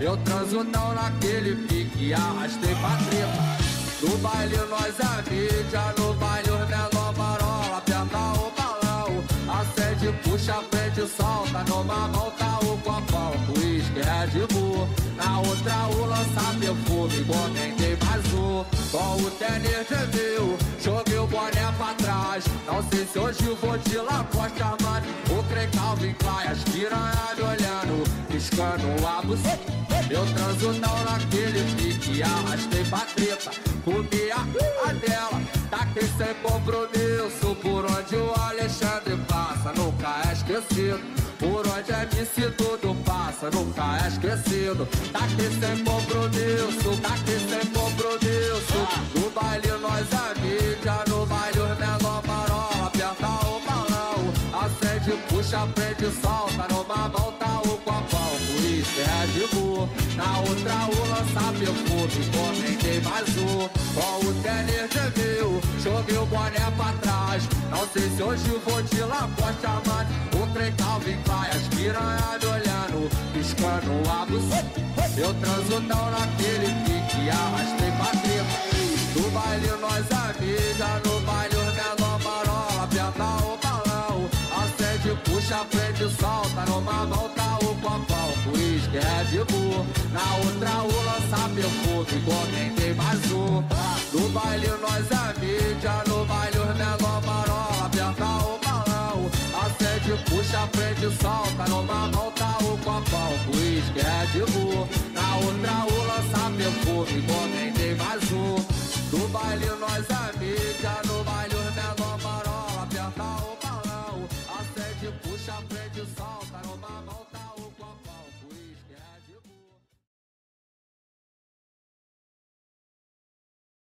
S7: eu transo tão naquele pique, arrastei pra treta. No baile nós é mídia, no baile os menor marola, aperta o balão, acende, puxa, prende, solta, numa mão tá o copão, uísque, Red Bull. azul. Na outra o lança perfume, comentei vazou. Com o tênis de mil, joguei o boné pra trás. Não sei se hoje vou de Lacosta, mano. O crei Calvin Klein, as piranha me olhando, piscando a buceta. Eu transo não naquele pique, arrastei pra treta. Comi a, a dela, taquei sem compromisso. Por onde o Alexandre passa, nunca é esquecido. Por onde é MC tudo passa, nunca é esquecido. Taquei sem compromisso, taquei sem compromisso. No baile nós a mídia, no baile os menor marola, aperta tá o balão. Acende, puxa, prende, solta, numa mão tá o copão. Uísque é de boa, na outra o lança perfume, comentei mais um. Com o tênis de mil, joguei o boné pra trás. Não sei se hoje vou de Lacoste, mano. O trem Calvin Klein, as piranha me olhando, piscando a buceta. Eu transo não naquele pique, arrastei pra trema. No baile nós amiga, no baile os menor marola, aperta o balão, acende, puxa, prende, solta, numa mão tá o copão, uísque, Red Bull, na outra o lança perfume, comentei mais um. No baile nós amiga, no baile os menor marola, aperta o balão, acende, puxa, prende, solta, numa mão tá o copão, uísque, Red Bull, na outra o lança perfume, comentei mais um. No baile nós a